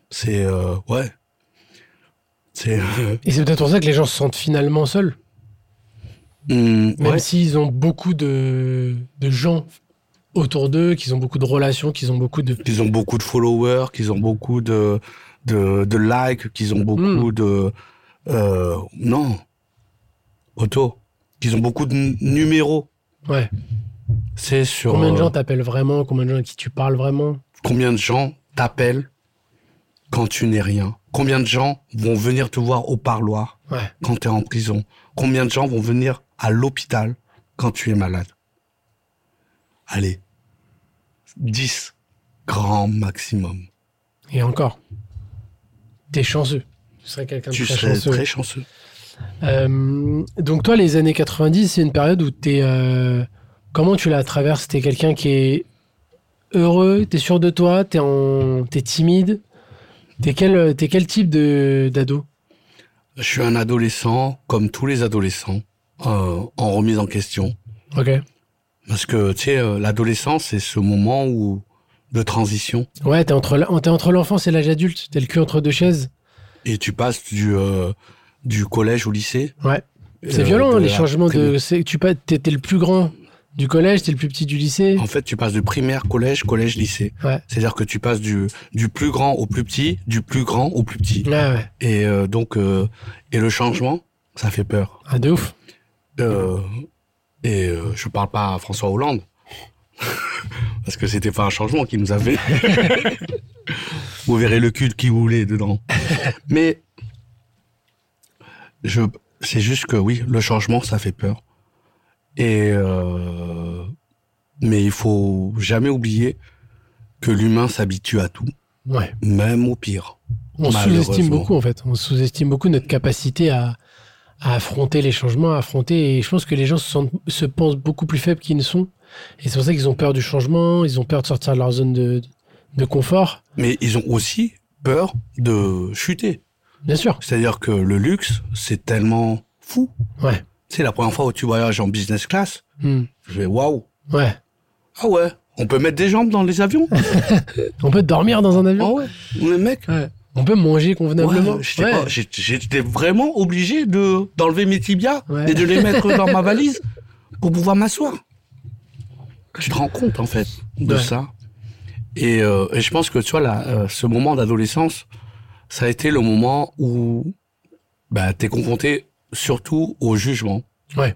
[SPEAKER 2] C'est euh, ouais. C'est euh,
[SPEAKER 1] Et c'est peut-être pour ça que les gens se sentent finalement seuls.
[SPEAKER 2] hum,
[SPEAKER 1] Même
[SPEAKER 2] ouais.
[SPEAKER 1] s'ils ont beaucoup de, de gens autour d'eux, qu'ils ont beaucoup de relations, qu'ils ont beaucoup de.
[SPEAKER 2] Qu'ils ont beaucoup de followers, qu'ils ont beaucoup de de, de likes, qu'ils ont beaucoup de euh, non. Auto. Qu'ils ont beaucoup de n- numéros.
[SPEAKER 1] Ouais.
[SPEAKER 2] C'est sur
[SPEAKER 1] Combien de
[SPEAKER 2] euh,
[SPEAKER 1] gens t'appellent vraiment Combien de gens à qui tu parles vraiment
[SPEAKER 2] combien de gens t'appellent quand tu n'es rien. Combien de gens vont venir te voir au parloir.
[SPEAKER 1] Ouais.
[SPEAKER 2] quand tu es en prison Combien de gens vont venir à l'hôpital quand tu es malade Allez, 10 grand maximum.
[SPEAKER 1] Et encore. T'es chanceux. Tu serais quelqu'un de
[SPEAKER 2] tu
[SPEAKER 1] très
[SPEAKER 2] serais
[SPEAKER 1] chanceux.
[SPEAKER 2] très chanceux.
[SPEAKER 1] Euh, donc, toi, les années 90, c'est une période où t'es. euh, Comment tu la traverses T'es quelqu'un qui est heureux T'es sûr de toi T'es en... t'es timide T'es quel... t'es quel type de- d'ado
[SPEAKER 2] Je suis un adolescent, comme tous les adolescents, euh, en remise en question.
[SPEAKER 1] Ok.
[SPEAKER 2] Parce que, tu sais, euh, l'adolescence, c'est ce moment où, de transition.
[SPEAKER 1] Ouais, t'es entre, la- t'es entre l'enfance et l'âge adulte. T'es le cul entre deux chaises.
[SPEAKER 2] Et tu passes du, euh, du collège au lycée.
[SPEAKER 1] Ouais. C'est
[SPEAKER 2] Euh,
[SPEAKER 1] violent,
[SPEAKER 2] de
[SPEAKER 1] hein, les
[SPEAKER 2] la
[SPEAKER 1] changements
[SPEAKER 2] primaire.
[SPEAKER 1] de. c'est- Tu pas, t'étais le plus grand Du collège, t'es le plus petit du lycée.
[SPEAKER 2] En fait, tu passes de primaire, collège, collège, lycée.
[SPEAKER 1] Ouais.
[SPEAKER 2] C'est-à-dire que tu passes du, du plus grand au plus petit, du plus grand au plus petit.
[SPEAKER 1] Ouais, ouais.
[SPEAKER 2] Et euh, donc, euh, et le changement, ça fait peur.
[SPEAKER 1] Ah, de ouf.
[SPEAKER 2] Euh, et euh, je parle pas à François Hollande. Parce que c'était pas un changement qui nous avait. vous verrez le cul qui voulait dedans. Mais je, c'est juste que oui, le changement, ça fait peur. Et euh, mais il faut jamais oublier que l'humain s'habitue à tout,
[SPEAKER 1] Ouais.
[SPEAKER 2] même au pire.
[SPEAKER 1] On sous-estime
[SPEAKER 2] Malheureusement.
[SPEAKER 1] beaucoup, en fait. On sous-estime beaucoup notre capacité à, à affronter les changements, à affronter. Et je pense que les gens se, sentent- se pensent beaucoup plus faibles qu'ils ne sont. Et c'est pour ça qu'ils ont peur du changement, ils ont peur de sortir de leur zone de, de confort.
[SPEAKER 2] Mais ils ont aussi peur de chuter.
[SPEAKER 1] Bien sûr.
[SPEAKER 2] C'est-à-dire que le luxe, c'est tellement fou.
[SPEAKER 1] Ouais.
[SPEAKER 2] C'est la première fois où tu voyages en business class.
[SPEAKER 1] Hmm.
[SPEAKER 2] Je vais waouh.
[SPEAKER 1] Ouais.
[SPEAKER 2] Ah ouais. On peut mettre des jambes dans les avions.
[SPEAKER 1] Ah On peut dormir dans un
[SPEAKER 2] ah
[SPEAKER 1] avion.
[SPEAKER 2] ouais. Mais mec.
[SPEAKER 1] Ouais. On peut manger convenablement.
[SPEAKER 2] ouais, j'étais
[SPEAKER 1] Ouais.
[SPEAKER 2] pas- j'ai- J'étais vraiment obligé de d'enlever mes tibias
[SPEAKER 1] Ouais.
[SPEAKER 2] et de les mettre dans ma valise pour pouvoir m'asseoir. Tu te rends compte en fait de
[SPEAKER 1] Ouais.
[SPEAKER 2] ça. Et, euh, et je pense que tu vois là, euh, ce moment d'adolescence, ça a été le moment où bah, t'es confronté surtout au jugement.
[SPEAKER 1] Ouais.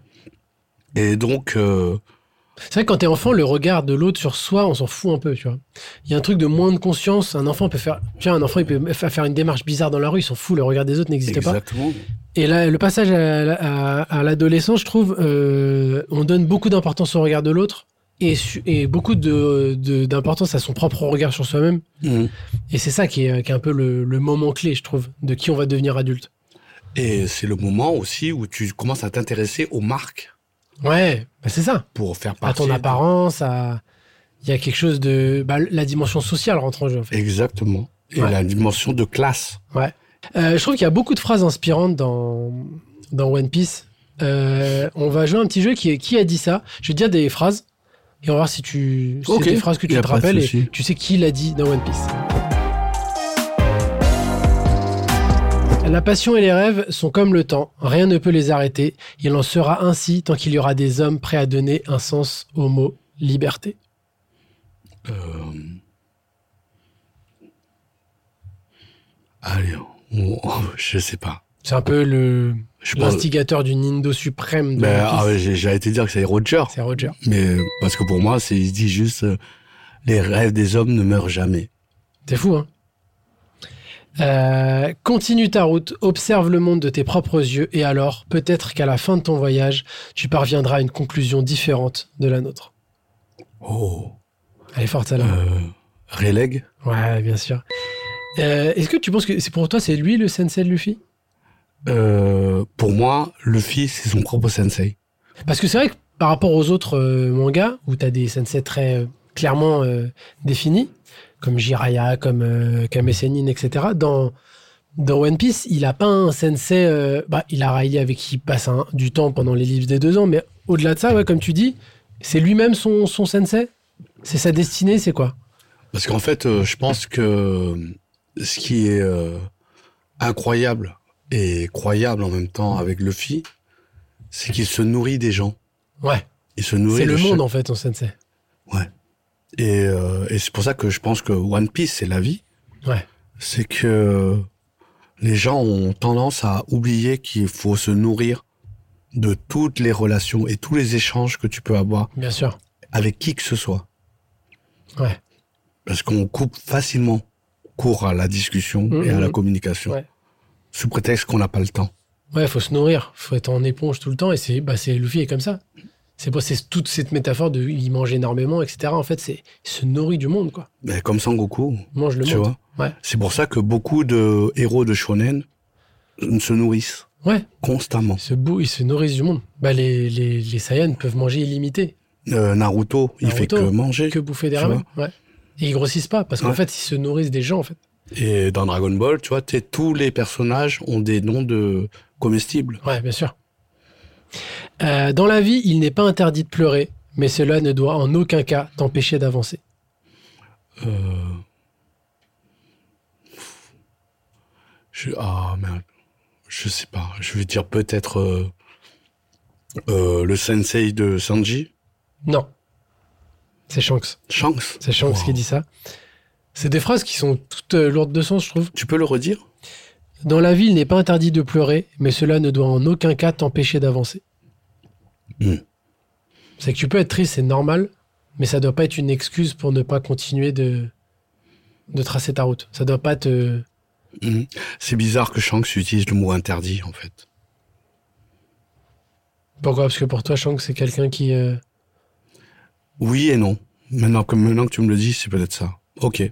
[SPEAKER 2] Et donc, euh,
[SPEAKER 1] C'est vrai que quand t'es enfant, le regard de l'autre sur soi, on s'en fout un peu, tu vois. Il y a un truc de moins de conscience. Un enfant peut faire, tiens, un enfant, il peut fa- faire une démarche bizarre dans la rue, il s'en fout. Le regard des autres n'existe pas.
[SPEAKER 2] exactement.
[SPEAKER 1] Et là, le passage à, à- à l'adolescence, je trouve, euh, on donne beaucoup d'importance au regard de l'autre et, su- et beaucoup de- de- d'importance à son propre regard sur soi-même.
[SPEAKER 2] Mhm.
[SPEAKER 1] Et c'est ça qui est, qui est un peu le, le moment clé, je trouve, de qui on va devenir adulte.
[SPEAKER 2] Et c'est le moment aussi où tu commences à t'intéresser aux marques
[SPEAKER 1] Ouais, bah c'est ça.
[SPEAKER 2] pour faire
[SPEAKER 1] À
[SPEAKER 2] partie.
[SPEAKER 1] ton
[SPEAKER 2] de-
[SPEAKER 1] apparence, à... il y a quelque chose de. bah, la dimension sociale rentre en jeu, en fait.
[SPEAKER 2] Exactement. Et
[SPEAKER 1] Ouais.
[SPEAKER 2] la dimension de classe.
[SPEAKER 1] Euh, je trouve qu'il y a beaucoup de phrases inspirantes dans, dans One Piece. Euh, on va jouer un petit jeu qui est qui a dit ça. Je vais te dire des phrases et on va voir si tu c'est
[SPEAKER 2] Ok.
[SPEAKER 1] des phrases que
[SPEAKER 2] Y
[SPEAKER 1] tu
[SPEAKER 2] a
[SPEAKER 1] te
[SPEAKER 2] pas de
[SPEAKER 1] rappelles
[SPEAKER 2] souci.
[SPEAKER 1] et tu sais qui l'a dit dans One Piece. La passion et les rêves sont comme le temps, rien ne peut les arrêter. Il en sera ainsi tant qu'il y aura des hommes prêts à donner un sens au mot liberté.
[SPEAKER 2] Euh, Allez, on- on- je sais pas.
[SPEAKER 1] C'est un peu le
[SPEAKER 2] Je pense.
[SPEAKER 1] l'instigateur du Nindo suprême de
[SPEAKER 2] Ben,
[SPEAKER 1] One Piece.
[SPEAKER 2] ah ouais, j'ai- J'allais te dire que c'est Roger.
[SPEAKER 1] C'est Roger.
[SPEAKER 2] Mais euh, parce que pour moi, c'est il dit juste euh, les rêves des hommes ne meurent jamais.
[SPEAKER 1] T'es fou, hein Euh, Continue ta route, observe le monde de tes propres yeux, et alors, peut-être qu'à la fin de ton voyage, tu parviendras à une conclusion différente de la nôtre.
[SPEAKER 2] Oh.
[SPEAKER 1] Elle est forte, celle-là.
[SPEAKER 2] Euh, Relègue
[SPEAKER 1] Ouais, bien sûr. Euh, Est-ce que tu penses que c'est pour toi, c'est lui le sensei de Luffy
[SPEAKER 2] Euh, Pour moi, Luffy, c'est son propre sensei.
[SPEAKER 1] Parce que c'est vrai que par rapport aux autres euh, mangas, où t'as des sensei très euh, clairement euh, définis, comme Jiraiya, comme euh, Kame Sennin, etc., dans, dans One Piece, il a pas un sensei... euh, bah, il a Riley avec qui il passe un- du temps pendant les livres des deux ans, mais au-delà de ça, ouais, comme tu dis, c'est lui-même son, son sensei C'est sa destinée, c'est quoi
[SPEAKER 2] Parce qu'en fait, euh, je pense que euh, ce qui est euh, incroyable et croyable en même temps avec Luffy, c'est qu'il se nourrit des gens.
[SPEAKER 1] Ouais,
[SPEAKER 2] Il se nourrit
[SPEAKER 1] c'est le
[SPEAKER 2] de
[SPEAKER 1] monde,
[SPEAKER 2] chaque-
[SPEAKER 1] en fait, son sensei.
[SPEAKER 2] Et, euh, et c'est pour ça que je pense que One Piece, c'est la vie.
[SPEAKER 1] Ouais.
[SPEAKER 2] C'est que euh, les gens ont tendance à oublier qu'il faut se nourrir de toutes les relations et tous les échanges que tu peux avoir
[SPEAKER 1] Bien sûr.
[SPEAKER 2] avec qui que ce soit.
[SPEAKER 1] Ouais.
[SPEAKER 2] Parce qu'on coupe facilement court à la discussion
[SPEAKER 1] Mhm.
[SPEAKER 2] et à la communication.
[SPEAKER 1] Ouais.
[SPEAKER 2] Sous prétexte qu'on n'a pas le temps.
[SPEAKER 1] Ouais, faut se nourrir, faut être en éponge tout le temps, et c'est bah, c'est- Luffy est comme ça. C'est pas- c'est toute cette métaphore de il mange énormément, etc. En fait, c'est il se nourrit du monde, quoi.
[SPEAKER 2] Mais comme Sangoku,
[SPEAKER 1] Il mange le
[SPEAKER 2] tu
[SPEAKER 1] monde.
[SPEAKER 2] vois.
[SPEAKER 1] Ouais.
[SPEAKER 2] C'est pour ça que beaucoup de héros de shonen se nourrissent
[SPEAKER 1] Ouais,
[SPEAKER 2] constamment.
[SPEAKER 1] il se, bou- ils se nourrissent du monde. Bah, les, les, les Saiyans peuvent manger illimité,
[SPEAKER 2] Euh, Naruto, il fait
[SPEAKER 1] Naruto.
[SPEAKER 2] que manger.
[SPEAKER 1] que bouffer des
[SPEAKER 2] Tu
[SPEAKER 1] ramen. Ouais. Et ils grossissent pas, parce qu'en
[SPEAKER 2] Ouais.
[SPEAKER 1] fait, ils se nourrissent des gens, en fait.
[SPEAKER 2] Et dans Dragon Ball, tu vois, t'es- tous les personnages ont des noms de comestibles.
[SPEAKER 1] Ouais, bien sûr. Euh, dans la vie, il n'est pas interdit de pleurer, mais cela ne doit en aucun cas t'empêcher d'avancer.
[SPEAKER 2] Euh... Je... Ah, merde. Je sais pas. Je vais dire peut-être euh, euh, le sensei de Sanji.
[SPEAKER 1] Non. C'est Shanks.
[SPEAKER 2] Shanks.
[SPEAKER 1] C'est Shanks
[SPEAKER 2] Wow.
[SPEAKER 1] qui dit ça. C'est des phrases qui sont toutes euh, lourdes de sens, je trouve.
[SPEAKER 2] Tu peux le redire
[SPEAKER 1] Dans la vie, il n'est pas interdit de pleurer, mais cela ne doit en aucun cas t'empêcher d'avancer.
[SPEAKER 2] Hmm.
[SPEAKER 1] C'est que tu peux être triste, c'est normal, mais ça doit pas être une excuse pour ne pas continuer de, de tracer ta route. Ça doit pas te.
[SPEAKER 2] Mhm. C'est bizarre que Shanks utilise le mot interdit, en fait.
[SPEAKER 1] Pourquoi Parce que pour toi, Shanks, c'est quelqu'un qui. euh,
[SPEAKER 2] Oui et non. Maintenant que, maintenant que tu me le dis, c'est peut-être ça. Ok.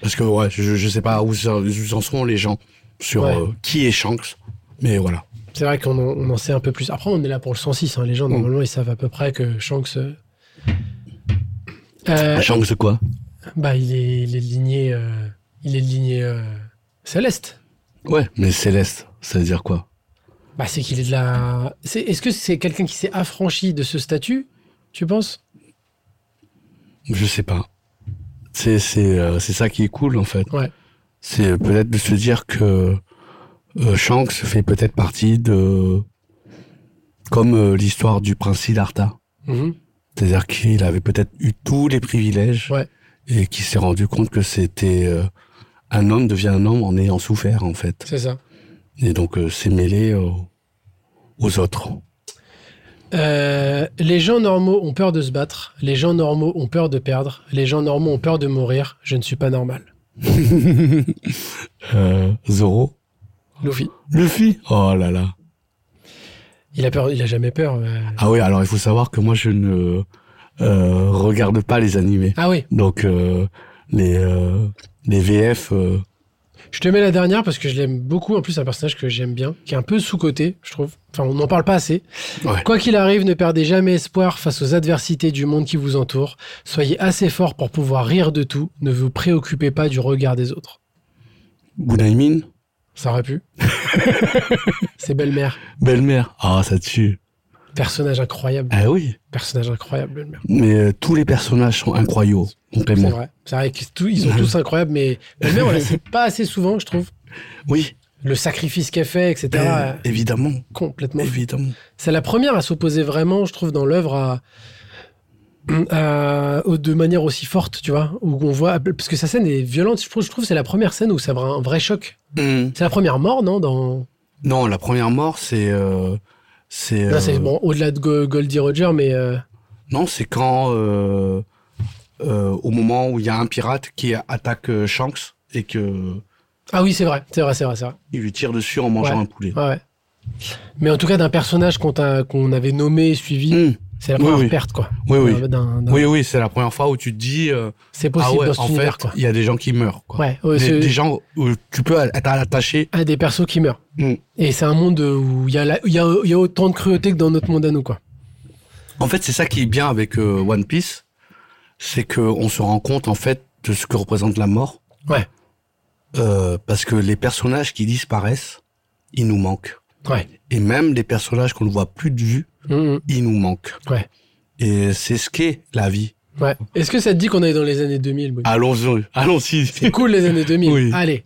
[SPEAKER 2] Parce que, ouais, je, je sais pas où, ça- où en sont les gens sur
[SPEAKER 1] Ouais.
[SPEAKER 2] euh, qui est Shanks. Mais voilà.
[SPEAKER 1] C'est vrai qu'on en, on en sait un peu plus. Après, on est là pour le 106. hein. Les gens,
[SPEAKER 2] Mm.
[SPEAKER 1] normalement, ils savent à peu près que Shanks. euh, euh,
[SPEAKER 2] Shanks quoi
[SPEAKER 1] bah, il est, il est ligné. euh, Il est ligné. euh, Céleste.
[SPEAKER 2] Ouais, mais Céleste, ça veut dire quoi
[SPEAKER 1] Bah, c'est qu'il est de la. c'est- Est-ce que c'est quelqu'un qui s'est affranchi de ce statut, tu penses
[SPEAKER 2] Je sais pas. C'est c'est euh, c'est ça qui est cool, en fait.
[SPEAKER 1] Ouais.
[SPEAKER 2] C'est peut-être de se dire que euh, Shanks fait peut-être partie de... Comme euh, l'histoire du prince Siddhartha.
[SPEAKER 1] Mhm.
[SPEAKER 2] C'est-à-dire qu'il avait peut-être eu tous les privilèges
[SPEAKER 1] Ouais.
[SPEAKER 2] et qu'il s'est rendu compte que c'était euh, un homme devient un homme en ayant souffert en fait.
[SPEAKER 1] C'est ça.
[SPEAKER 2] Et donc euh, s'est mêlé au- aux autres.
[SPEAKER 1] Euh, les gens normaux ont peur de se battre. Les gens normaux ont peur de perdre. Les gens normaux ont peur de mourir. Je ne suis pas normal.
[SPEAKER 2] Euh, Zoro,
[SPEAKER 1] Luffy.
[SPEAKER 2] Luffy. Oh là là.
[SPEAKER 1] Il a peur. Il a jamais peur. euh.
[SPEAKER 2] Ah oui, alors il faut savoir que moi je ne euh, regarde pas les animés.
[SPEAKER 1] Ah oui.
[SPEAKER 2] Donc euh, les euh, les VF. euh,
[SPEAKER 1] Je te mets la dernière parce que je l'aime beaucoup. En plus, c'est un personnage que j'aime bien, qui est un peu sous-côté, je trouve. Enfin, on n'en parle pas assez.
[SPEAKER 2] Ouais.
[SPEAKER 1] Quoi qu'il arrive, ne perdez jamais espoir face aux adversités du monde qui vous entoure. Soyez assez fort pour pouvoir rire de tout. Ne vous préoccupez pas du regard des autres.
[SPEAKER 2] Gunaimin,
[SPEAKER 1] Ça aurait pu. c'est belle-mère.
[SPEAKER 2] belle-mère. Ah ça tue.
[SPEAKER 1] Personnage incroyable.
[SPEAKER 2] Ah oui.
[SPEAKER 1] Personnage incroyable, belle-mère.
[SPEAKER 2] Mais euh, tous les personnages sont incroyables,
[SPEAKER 1] C'est
[SPEAKER 2] complètement.
[SPEAKER 1] vrai. C'est vrai qu'ils tous- ils sont tous incroyables, mais belle-mère, on la cite pas assez souvent, je trouve.
[SPEAKER 2] Oui.
[SPEAKER 1] Le sacrifice qu'elle fait, etc.
[SPEAKER 2] Ben, évidemment,
[SPEAKER 1] Complètement
[SPEAKER 2] évidemment.
[SPEAKER 1] C'est la première à s'opposer vraiment, je trouve, dans l'œuvre à, à- au- de manière aussi forte, tu vois, où on voit parce que sa scène est violente. Je trouve, je trouve que c'est la première scène où ça va un vrai choc. C'est la première mort, non Dans
[SPEAKER 2] Hmm. Non, la première mort, c'est euh, c'est
[SPEAKER 1] Là, c'est
[SPEAKER 2] euh,
[SPEAKER 1] bon au-delà de Go- Goldie Roger, mais euh,
[SPEAKER 2] non, c'est quand euh, euh, au moment où il y a un pirate qui attaque euh, Shanks et que
[SPEAKER 1] ah oui, c'est vrai, c'est vrai, c'est vrai, c'est vrai.
[SPEAKER 2] il lui tire dessus en mangeant
[SPEAKER 1] Ouais.
[SPEAKER 2] un poulet.
[SPEAKER 1] Ouais, ouais. Mais en tout cas, d'un personnage qu'on t'a- qu'on avait nommé, suivi,
[SPEAKER 2] Mm.
[SPEAKER 1] c'est la
[SPEAKER 2] Oui,
[SPEAKER 1] première
[SPEAKER 2] oui.
[SPEAKER 1] perte, quoi.
[SPEAKER 2] Oui, oui.
[SPEAKER 1] D'un- d'un-
[SPEAKER 2] Oui, oui, c'est la première fois où tu te dis euh,
[SPEAKER 1] C'est
[SPEAKER 2] ah
[SPEAKER 1] possible
[SPEAKER 2] ouais,
[SPEAKER 1] dans cet
[SPEAKER 2] en
[SPEAKER 1] univers,
[SPEAKER 2] fait,
[SPEAKER 1] quoi.
[SPEAKER 2] il y a des gens qui meurent. Quoi.
[SPEAKER 1] Ouais, ouais,
[SPEAKER 2] des,
[SPEAKER 1] c'est-
[SPEAKER 2] des gens où tu peux être attaché.
[SPEAKER 1] à des persos qui meurent.
[SPEAKER 2] Mm.
[SPEAKER 1] Et c'est un monde où il y, a la- il y a- il y a autant de cruauté que dans notre monde à nous, quoi.
[SPEAKER 2] En fait, c'est ça qui est bien avec euh, One Piece, c'est que on se rend compte en fait de ce que représente la mort.
[SPEAKER 1] Ouais.
[SPEAKER 2] Euh, parce que les personnages qui disparaissent, ils nous manquent.
[SPEAKER 1] Ouais.
[SPEAKER 2] Et même les personnages qu'on ne voit plus de vue,
[SPEAKER 1] Mm, mm.
[SPEAKER 2] ils nous manquent.
[SPEAKER 1] Ouais.
[SPEAKER 2] Et c'est ce qu'est la vie.
[SPEAKER 1] Ouais. Est-ce que ça te dit qu'on est dans les années 2000 Bobby
[SPEAKER 2] Allons-y, allons-y.
[SPEAKER 1] C'est cool les années 2000.
[SPEAKER 2] Ah. Oui.
[SPEAKER 1] Allez.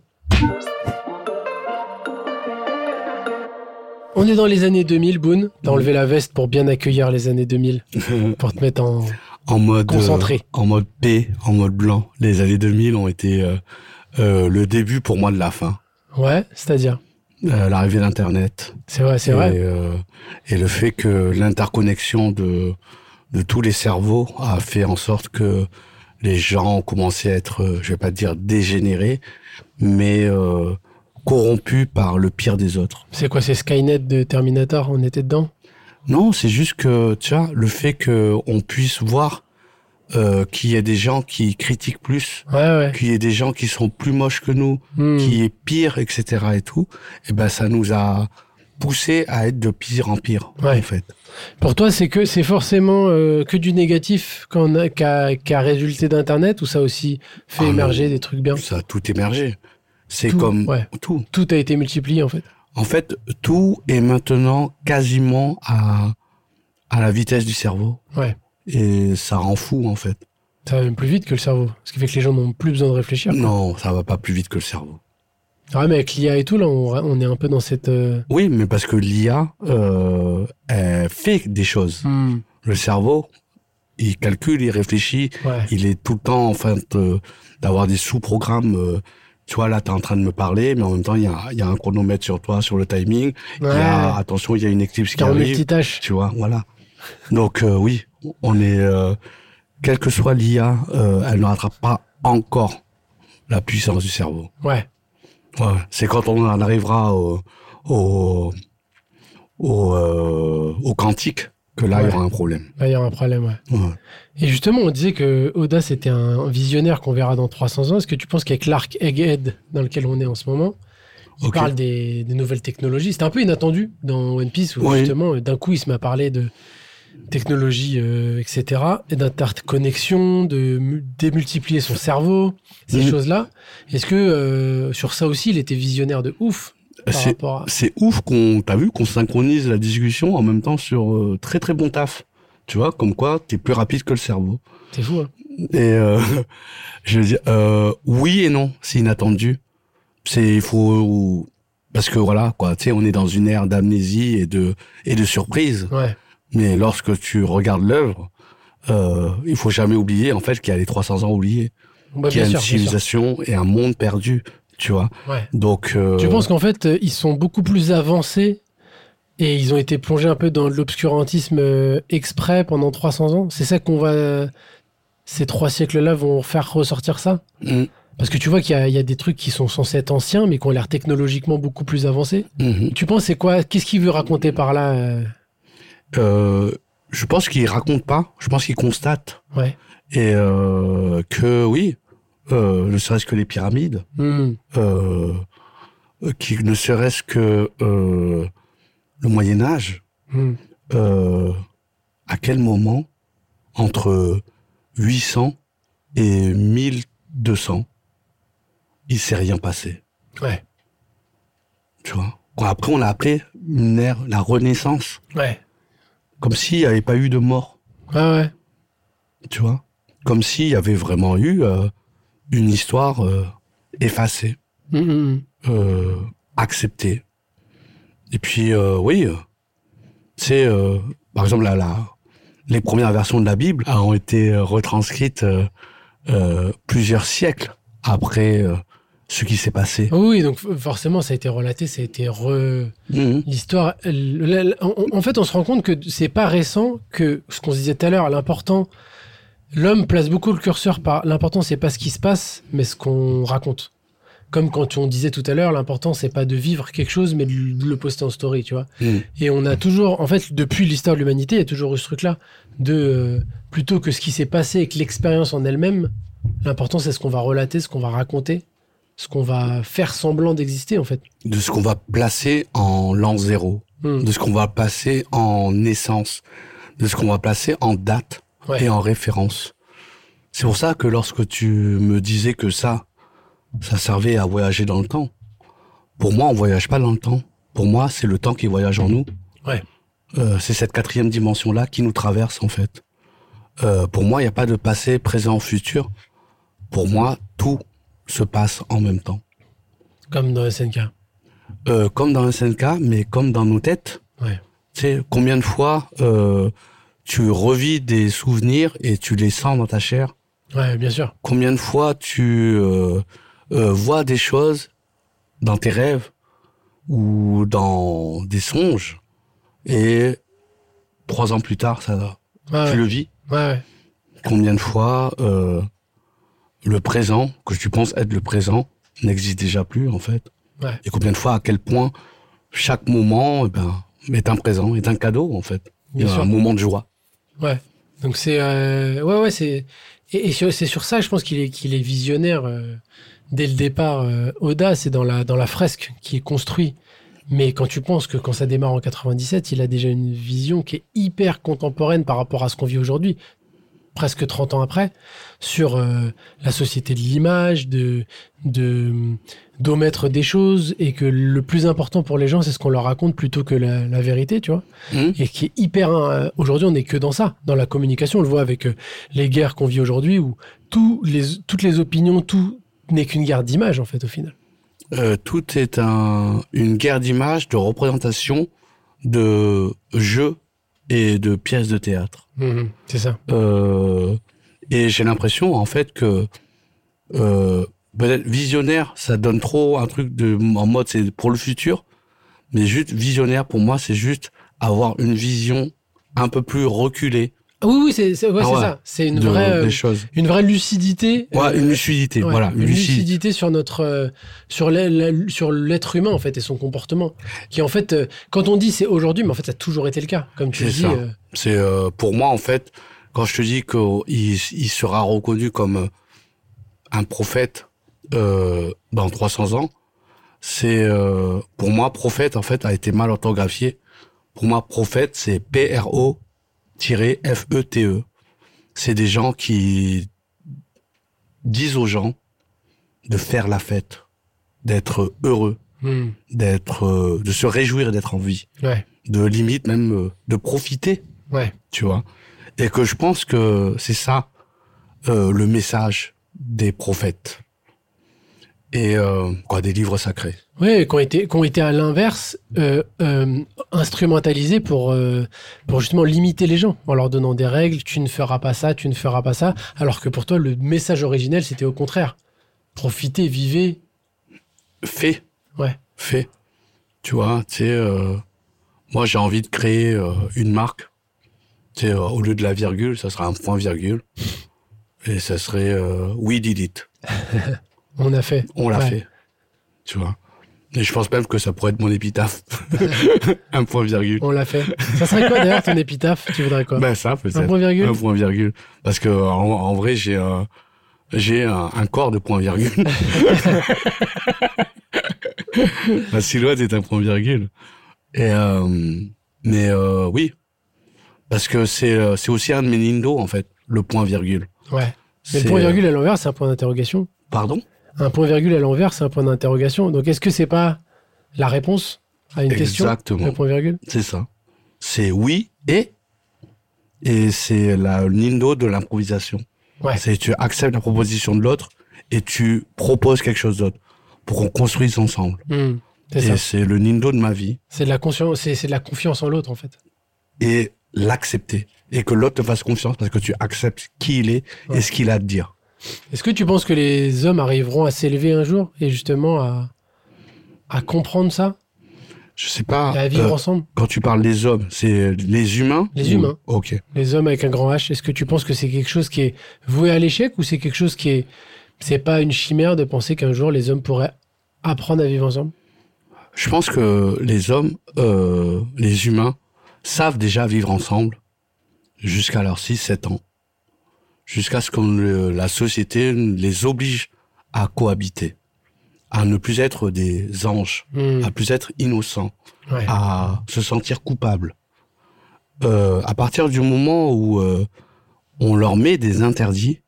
[SPEAKER 1] On est dans les années 2000, Boone. T'as enlevé la veste pour bien accueillir les années 2000, pour te mettre en.
[SPEAKER 2] en mode
[SPEAKER 1] Concentré.
[SPEAKER 2] euh, en mode paix, en mode blanc. Les années 2000 ont été euh, euh, le début pour moi de la fin.
[SPEAKER 1] Ouais, c'est-à-dire.
[SPEAKER 2] Euh, L'arrivée d'Internet,
[SPEAKER 1] C'est vrai, c'est
[SPEAKER 2] et,
[SPEAKER 1] vrai.
[SPEAKER 2] euh, et le fait que l'interconnexion de, de tous les cerveaux a fait en sorte que les gens ont commencé à être, euh, je vais pas dire dégénérés, mais euh, corrompus par le pire des autres.
[SPEAKER 1] C'est quoi, c'est Skynet de Terminator On était dedans
[SPEAKER 2] Non, c'est juste que, tiens, le fait qu'on puisse voir euh, qu'il y a des gens qui critiquent plus,
[SPEAKER 1] Ouais, ouais.
[SPEAKER 2] qu'il y ait des gens qui sont plus moches que nous,
[SPEAKER 1] Hmm.
[SPEAKER 2] qui est pire, etc. et tout, et ben ça nous a poussé à être de pire en pire,
[SPEAKER 1] Ouais.
[SPEAKER 2] en fait.
[SPEAKER 1] Pour toi, c'est que c'est forcément euh, que du négatif qu'on a- qu'a qu'a résulté d'Internet ou ça a aussi fait
[SPEAKER 2] Ah non.
[SPEAKER 1] émerger des trucs bien
[SPEAKER 2] Ça a tout émergé. C'est
[SPEAKER 1] Tout,
[SPEAKER 2] comme
[SPEAKER 1] ouais.
[SPEAKER 2] tout.
[SPEAKER 1] Tout a été multiplié en fait.
[SPEAKER 2] En fait, tout est maintenant quasiment à, à la vitesse du cerveau.
[SPEAKER 1] Ouais.
[SPEAKER 2] Et ça rend fou, en fait.
[SPEAKER 1] Ça va même plus vite que le cerveau. Ce qui fait que les gens n'ont plus besoin de réfléchir.
[SPEAKER 2] Non, ça va pas plus vite que le cerveau.
[SPEAKER 1] Ah ouais, mais avec l'IA et tout, là, on, on est un peu dans cette. euh,
[SPEAKER 2] Oui, mais
[SPEAKER 1] Hum.
[SPEAKER 2] Mm. parce que l'IA euh, elle fait des choses. Le cerveau, il calcule, il réfléchit,
[SPEAKER 1] Ouais.
[SPEAKER 2] il est tout le temps en fait euh, d'avoir des sous-programmes. euh, tu vois, là, tu es en train de me parler, mais en même temps, il y a, il y a un chronomètre sur toi, sur le timing. Il y a,
[SPEAKER 1] Ouais.
[SPEAKER 2] attention, il y a une éclipse qui
[SPEAKER 1] Car en
[SPEAKER 2] arrive.
[SPEAKER 1] multitâche.
[SPEAKER 2] Tu vois, voilà. Donc euh, oui, on est, euh, quelle que soit l'IA, euh, elle ne rattrape pas encore la puissance du cerveau.
[SPEAKER 1] Ouais.
[SPEAKER 2] Ouais, ouais. C'est quand on en arrivera au, au, au, euh, au quantique que là, il
[SPEAKER 1] Ouais.
[SPEAKER 2] y aura un problème.
[SPEAKER 1] Là, il y a un problème, ouais.
[SPEAKER 2] Ouais.
[SPEAKER 1] Et justement, on disait que Oda, c'était un visionnaire qu'on verra dans 300 ans. Est-ce que tu penses qu'avec l'arc Egghead dans lequel on est en ce moment, il
[SPEAKER 2] Ok.
[SPEAKER 1] parle des, des nouvelles technologies C'était un peu inattendu dans One Piece, où
[SPEAKER 2] Oui.
[SPEAKER 1] justement, euh, d'un coup, il se met à parler de technologie, euh, etc., et d'interconnexion, de mu- démultiplier son cerveau, ces
[SPEAKER 2] Mhm.
[SPEAKER 1] choses-là. Est-ce que euh, sur ça aussi, il était visionnaire de ouf par
[SPEAKER 2] Euh, C'est-
[SPEAKER 1] rapport à...
[SPEAKER 2] C'est ouf qu'on, t'as vu, qu'on synchronise la discussion en même temps sur euh, très très bon taf. Tu vois, comme quoi, t'es plus rapide que le cerveau.
[SPEAKER 1] C'est fou, hein
[SPEAKER 2] Et euh, je veux dire, euh, oui et non, c'est inattendu. C'est il faut parce que voilà quoi, tu sais, on est dans une ère d'amnésie et de et de surprise.
[SPEAKER 1] Ouais.
[SPEAKER 2] Mais lorsque tu regardes l'œuvre, euh, il faut jamais oublier en fait qu'il y a les 300 ans oubliés,
[SPEAKER 1] Bah,
[SPEAKER 2] qu'il y
[SPEAKER 1] bien
[SPEAKER 2] a
[SPEAKER 1] sûr, bien
[SPEAKER 2] une
[SPEAKER 1] sûr.
[SPEAKER 2] civilisation et un monde perdu, tu vois.
[SPEAKER 1] Ouais.
[SPEAKER 2] Donc euh,
[SPEAKER 1] Tu penses qu'en fait, euh, ils sont beaucoup plus avancés et ils ont été plongés un peu dans l'obscurantisme euh, exprès pendant 300 ans C'est ça qu'on va. Ces trois siècles-là vont faire ressortir ça
[SPEAKER 2] mm,
[SPEAKER 1] Parce que tu vois qu'il y, a- il y a des trucs qui sont censés être anciens, mais qui ont l'air technologiquement beaucoup plus avancés.
[SPEAKER 2] mhm.
[SPEAKER 1] Tu penses, c'est quoi Qu'est-ce qu'il veut raconter par là euh,
[SPEAKER 2] Euh, je pense qu'il raconte pas, je pense qu'il constate
[SPEAKER 1] Ouais.
[SPEAKER 2] et euh, que oui, euh, ne serait-ce que les pyramides.
[SPEAKER 1] Hmm.
[SPEAKER 2] euh, qui ne serait-ce que euh, le Moyen Âge,
[SPEAKER 1] Hmm.
[SPEAKER 2] euh, à quel moment, entre 800 et 1200, il s'est rien passé,
[SPEAKER 1] Ouais.
[SPEAKER 2] tu vois Quoi, Après, on l'a appelé une ère, la Renaissance,
[SPEAKER 1] Ouais.
[SPEAKER 2] comme s'il n'y avait pas eu de mort,
[SPEAKER 1] Ah ouais.
[SPEAKER 2] tu vois Comme s'il y avait vraiment eu euh, une histoire euh, effacée.
[SPEAKER 1] Hmm, hmm, hmm.
[SPEAKER 2] euh, accepté. Et puis, euh, oui, euh, c'est euh, par exemple la, la- les premières versions de la Bible euh, ont été euh, retranscrites euh, euh, plusieurs siècles après euh, ce qui s'est passé.
[SPEAKER 1] Ah Oui, donc f- forcément, ça a été relaté, ça a été re.
[SPEAKER 2] Mhm.
[SPEAKER 1] L'histoire, elle- elle- elle- en, en fait, on se rend compte que c'est pas récent que ce qu'on se disait tout à l'heure, l'important, l'homme place beaucoup le curseur par l'important, c'est pas ce qui se passe, mais ce qu'on raconte. Comme quand on disait tout à l'heure, l'important, c'est pas de vivre quelque chose, mais de l- de le poster en story, tu vois.
[SPEAKER 2] Mhm.
[SPEAKER 1] Et on a toujours, en fait, depuis l'histoire de l'humanité, il y a toujours eu ce truc-là de euh, plutôt que ce qui s'est passé et que l'expérience en elle-même, l'important, c'est ce qu'on va relater, ce qu'on va raconter, ce qu'on va faire semblant d'exister, en fait.
[SPEAKER 2] De ce qu'on va placer en l'an zéro,
[SPEAKER 1] Hmm.
[SPEAKER 2] de ce qu'on va placer en naissance, de ce qu'on va placer en date
[SPEAKER 1] Ouais.
[SPEAKER 2] et en référence. C'est pour ça que lorsque tu me disais que ça, ça servait à voyager dans le temps, pour moi, on voyage pas dans le temps. Pour moi, c'est le temps qui voyage en nous.
[SPEAKER 1] Ouais.
[SPEAKER 2] Euh, c'est cette quatrième dimension-là qui nous traverse, en fait. Euh, pour moi, il n'y a pas de passé, présent, futur. Pour moi, tout se passe en même temps.
[SPEAKER 1] Comme dans SNK.
[SPEAKER 2] Euh, comme dans un SNK, mais comme dans nos têtes.
[SPEAKER 1] Ouais.
[SPEAKER 2] Tu sais, combien de fois euh, tu revis des souvenirs et tu les sens dans ta chair
[SPEAKER 1] Ouais, bien sûr.
[SPEAKER 2] Combien de fois tu euh, euh, vois des choses dans tes rêves ou dans des songes et trois ans plus tard, ça,
[SPEAKER 1] Ouais,
[SPEAKER 2] tu
[SPEAKER 1] ouais.
[SPEAKER 2] le vis
[SPEAKER 1] Ouais, ouais.
[SPEAKER 2] Combien de fois euh, le présent, que tu penses être le présent, n'existe déjà plus en fait
[SPEAKER 1] Ouais.
[SPEAKER 2] Et combien de fois à quel point chaque moment eh ben, est un présent, est un cadeau en fait
[SPEAKER 1] Bien
[SPEAKER 2] Un
[SPEAKER 1] sûr.
[SPEAKER 2] moment de joie.
[SPEAKER 1] Ouais. Donc c'est euh, ouais ouais c'est et, et sur- c'est sur ça je pense qu'il est qu'il est visionnaire euh, dès le départ euh, Oda c'est dans la dans la fresque qui est construite mais quand tu penses que quand ça démarre en 97 il a déjà une vision qui est hyper contemporaine par rapport à ce qu'on vit aujourd'hui presque 30 ans après sur euh, la société de l'image de de d'omettre des choses et que le plus important pour les gens c'est ce qu'on leur raconte plutôt que la, la vérité tu vois
[SPEAKER 2] Mhm.
[SPEAKER 1] et qui est hyper. hein, aujourd'hui, on n'est que dans ça, dans la communication. On le voit avec euh, les guerres qu'on vit aujourd'hui où tous les, toutes les opinions, tout n'est qu'une guerre d'image en fait au final.
[SPEAKER 2] Euh, tout est un, une guerre d'images, de représentation, de jeu et de pièces de théâtre.
[SPEAKER 1] Mhm, c'est ça.
[SPEAKER 2] Euh, et j'ai l'impression, en fait, que euh, peut-être visionnaire, ça donne trop un truc de, en mode c'est pour le futur. Mais juste visionnaire, pour moi, c'est juste avoir une vision un peu plus reculée
[SPEAKER 1] Ah Oui, oui, c'est c'est- ouais,
[SPEAKER 2] Ah
[SPEAKER 1] c'est
[SPEAKER 2] ouais.
[SPEAKER 1] ça. C'est une
[SPEAKER 2] de-
[SPEAKER 1] vraie, euh,
[SPEAKER 2] des choses.
[SPEAKER 1] une vraie lucidité.
[SPEAKER 2] Ouais,
[SPEAKER 1] euh,
[SPEAKER 2] une lucidité,
[SPEAKER 1] ouais,
[SPEAKER 2] voilà.
[SPEAKER 1] une lucidité sur notre, euh, sur la- la- sur l'être humain en fait et son comportement. Qui en fait, euh, quand on dit c'est aujourd'hui, mais en fait ça a toujours été le cas, comme tu
[SPEAKER 2] C'est
[SPEAKER 1] dis.
[SPEAKER 2] ça.
[SPEAKER 1] euh,
[SPEAKER 2] C'est euh, pour moi en fait quand je te dis qu'il il sera reconnu comme euh, un prophète euh, dans 300 ans, c'est euh, pour moi prophète en fait a été mal orthographié. Pour moi prophète c'est P R O F E T E. C'est des gens qui disent aux gens de faire la fête, d'être heureux,
[SPEAKER 1] hmm,
[SPEAKER 2] d'être euh, de se réjouir d'être en vie,
[SPEAKER 1] ouais,
[SPEAKER 2] de limite même euh, de profiter
[SPEAKER 1] ouais,
[SPEAKER 2] tu vois. Et que je pense que c'est ça euh, le message des prophètes et euh, quoi des livres sacrés.
[SPEAKER 1] ouais, qui ont été, qui ont été à l'inverse euh, euh, instrumentalisés pour, euh, pour justement limiter les gens en leur donnant des règles. Tu ne feras pas ça, tu ne feras pas ça. Alors que pour toi, le message originel, c'était au contraire. Profitez, vivez.
[SPEAKER 2] Fait.
[SPEAKER 1] Ouais.
[SPEAKER 2] Fait. Tu vois, tu sais, euh, moi j'ai envie de créer euh, une marque. Tu sais, euh, au lieu de la virgule, ça sera un point virgule. Et ça serait euh, We did it.
[SPEAKER 1] On a fait.
[SPEAKER 2] On l'a
[SPEAKER 1] Ouais.
[SPEAKER 2] fait. Tu vois. Et je pense même que ça pourrait être mon épitaphe. un point virgule.
[SPEAKER 1] On l'a fait. Ça serait quoi d'ailleurs ton épitaphe Tu voudrais quoi
[SPEAKER 2] Ben ça, peut-être.
[SPEAKER 1] Un point virgule
[SPEAKER 2] Un point virgule. Parce que euh, en, en vrai, j'ai un, j'ai un, un corps de point virgule. Ma silhouette est un point virgule. Et euh, mais euh, oui, parce que c'est euh, c'est aussi un de mes nindo en fait, le point virgule.
[SPEAKER 1] Ouais. Mais
[SPEAKER 2] C'est- euh,
[SPEAKER 1] le point virgule à l'envers, c'est un point d'interrogation.
[SPEAKER 2] Pardon
[SPEAKER 1] Un point virgule à l'envers, c'est un point d'interrogation. Donc est-ce que c'est pas la réponse à une question
[SPEAKER 2] Exactement.
[SPEAKER 1] Le point virgule
[SPEAKER 2] C'est ça. C'est oui et et c'est la nindo de l'improvisation.
[SPEAKER 1] Ouais.
[SPEAKER 2] C'est tu acceptes la proposition de l'autre et tu proposes quelque chose d'autre pour qu'on construise ensemble.
[SPEAKER 1] Hmm. C'est
[SPEAKER 2] Et
[SPEAKER 1] ça.
[SPEAKER 2] c'est le nindo de ma vie.
[SPEAKER 1] C'est de la conscience, c'est c'est de la confiance en l'autre en fait.
[SPEAKER 2] Et l'accepter. Et que l'autre te fasse confiance parce que tu acceptes qui il est
[SPEAKER 1] Ouais.
[SPEAKER 2] et ce qu'il a à te dire.
[SPEAKER 1] Est-ce que tu penses que les hommes arriveront à s'élever un jour et justement à, à comprendre ça
[SPEAKER 2] Je sais pas.
[SPEAKER 1] et à vivre
[SPEAKER 2] euh,
[SPEAKER 1] ensemble
[SPEAKER 2] quand tu parles des hommes, c'est les humains
[SPEAKER 1] Les
[SPEAKER 2] ou-
[SPEAKER 1] humains.
[SPEAKER 2] Ok.
[SPEAKER 1] Les hommes avec un grand H, est-ce que tu penses que c'est quelque chose qui est voué à l'échec ou c'est quelque chose qui est. C'est pas une chimère de penser qu'un jour les hommes pourraient apprendre à vivre ensemble
[SPEAKER 2] Je pense que les hommes, euh, les humains, savent déjà vivre ensemble jusqu'à leurs 6-7 ans. Jusqu'à ce que le- la société les oblige à cohabiter, à ne plus être des anges,
[SPEAKER 1] Hmm,
[SPEAKER 2] à plus être innocents.
[SPEAKER 1] ouais.
[SPEAKER 2] à se sentir coupable. Euh, à partir du moment où euh, on leur met des interdits,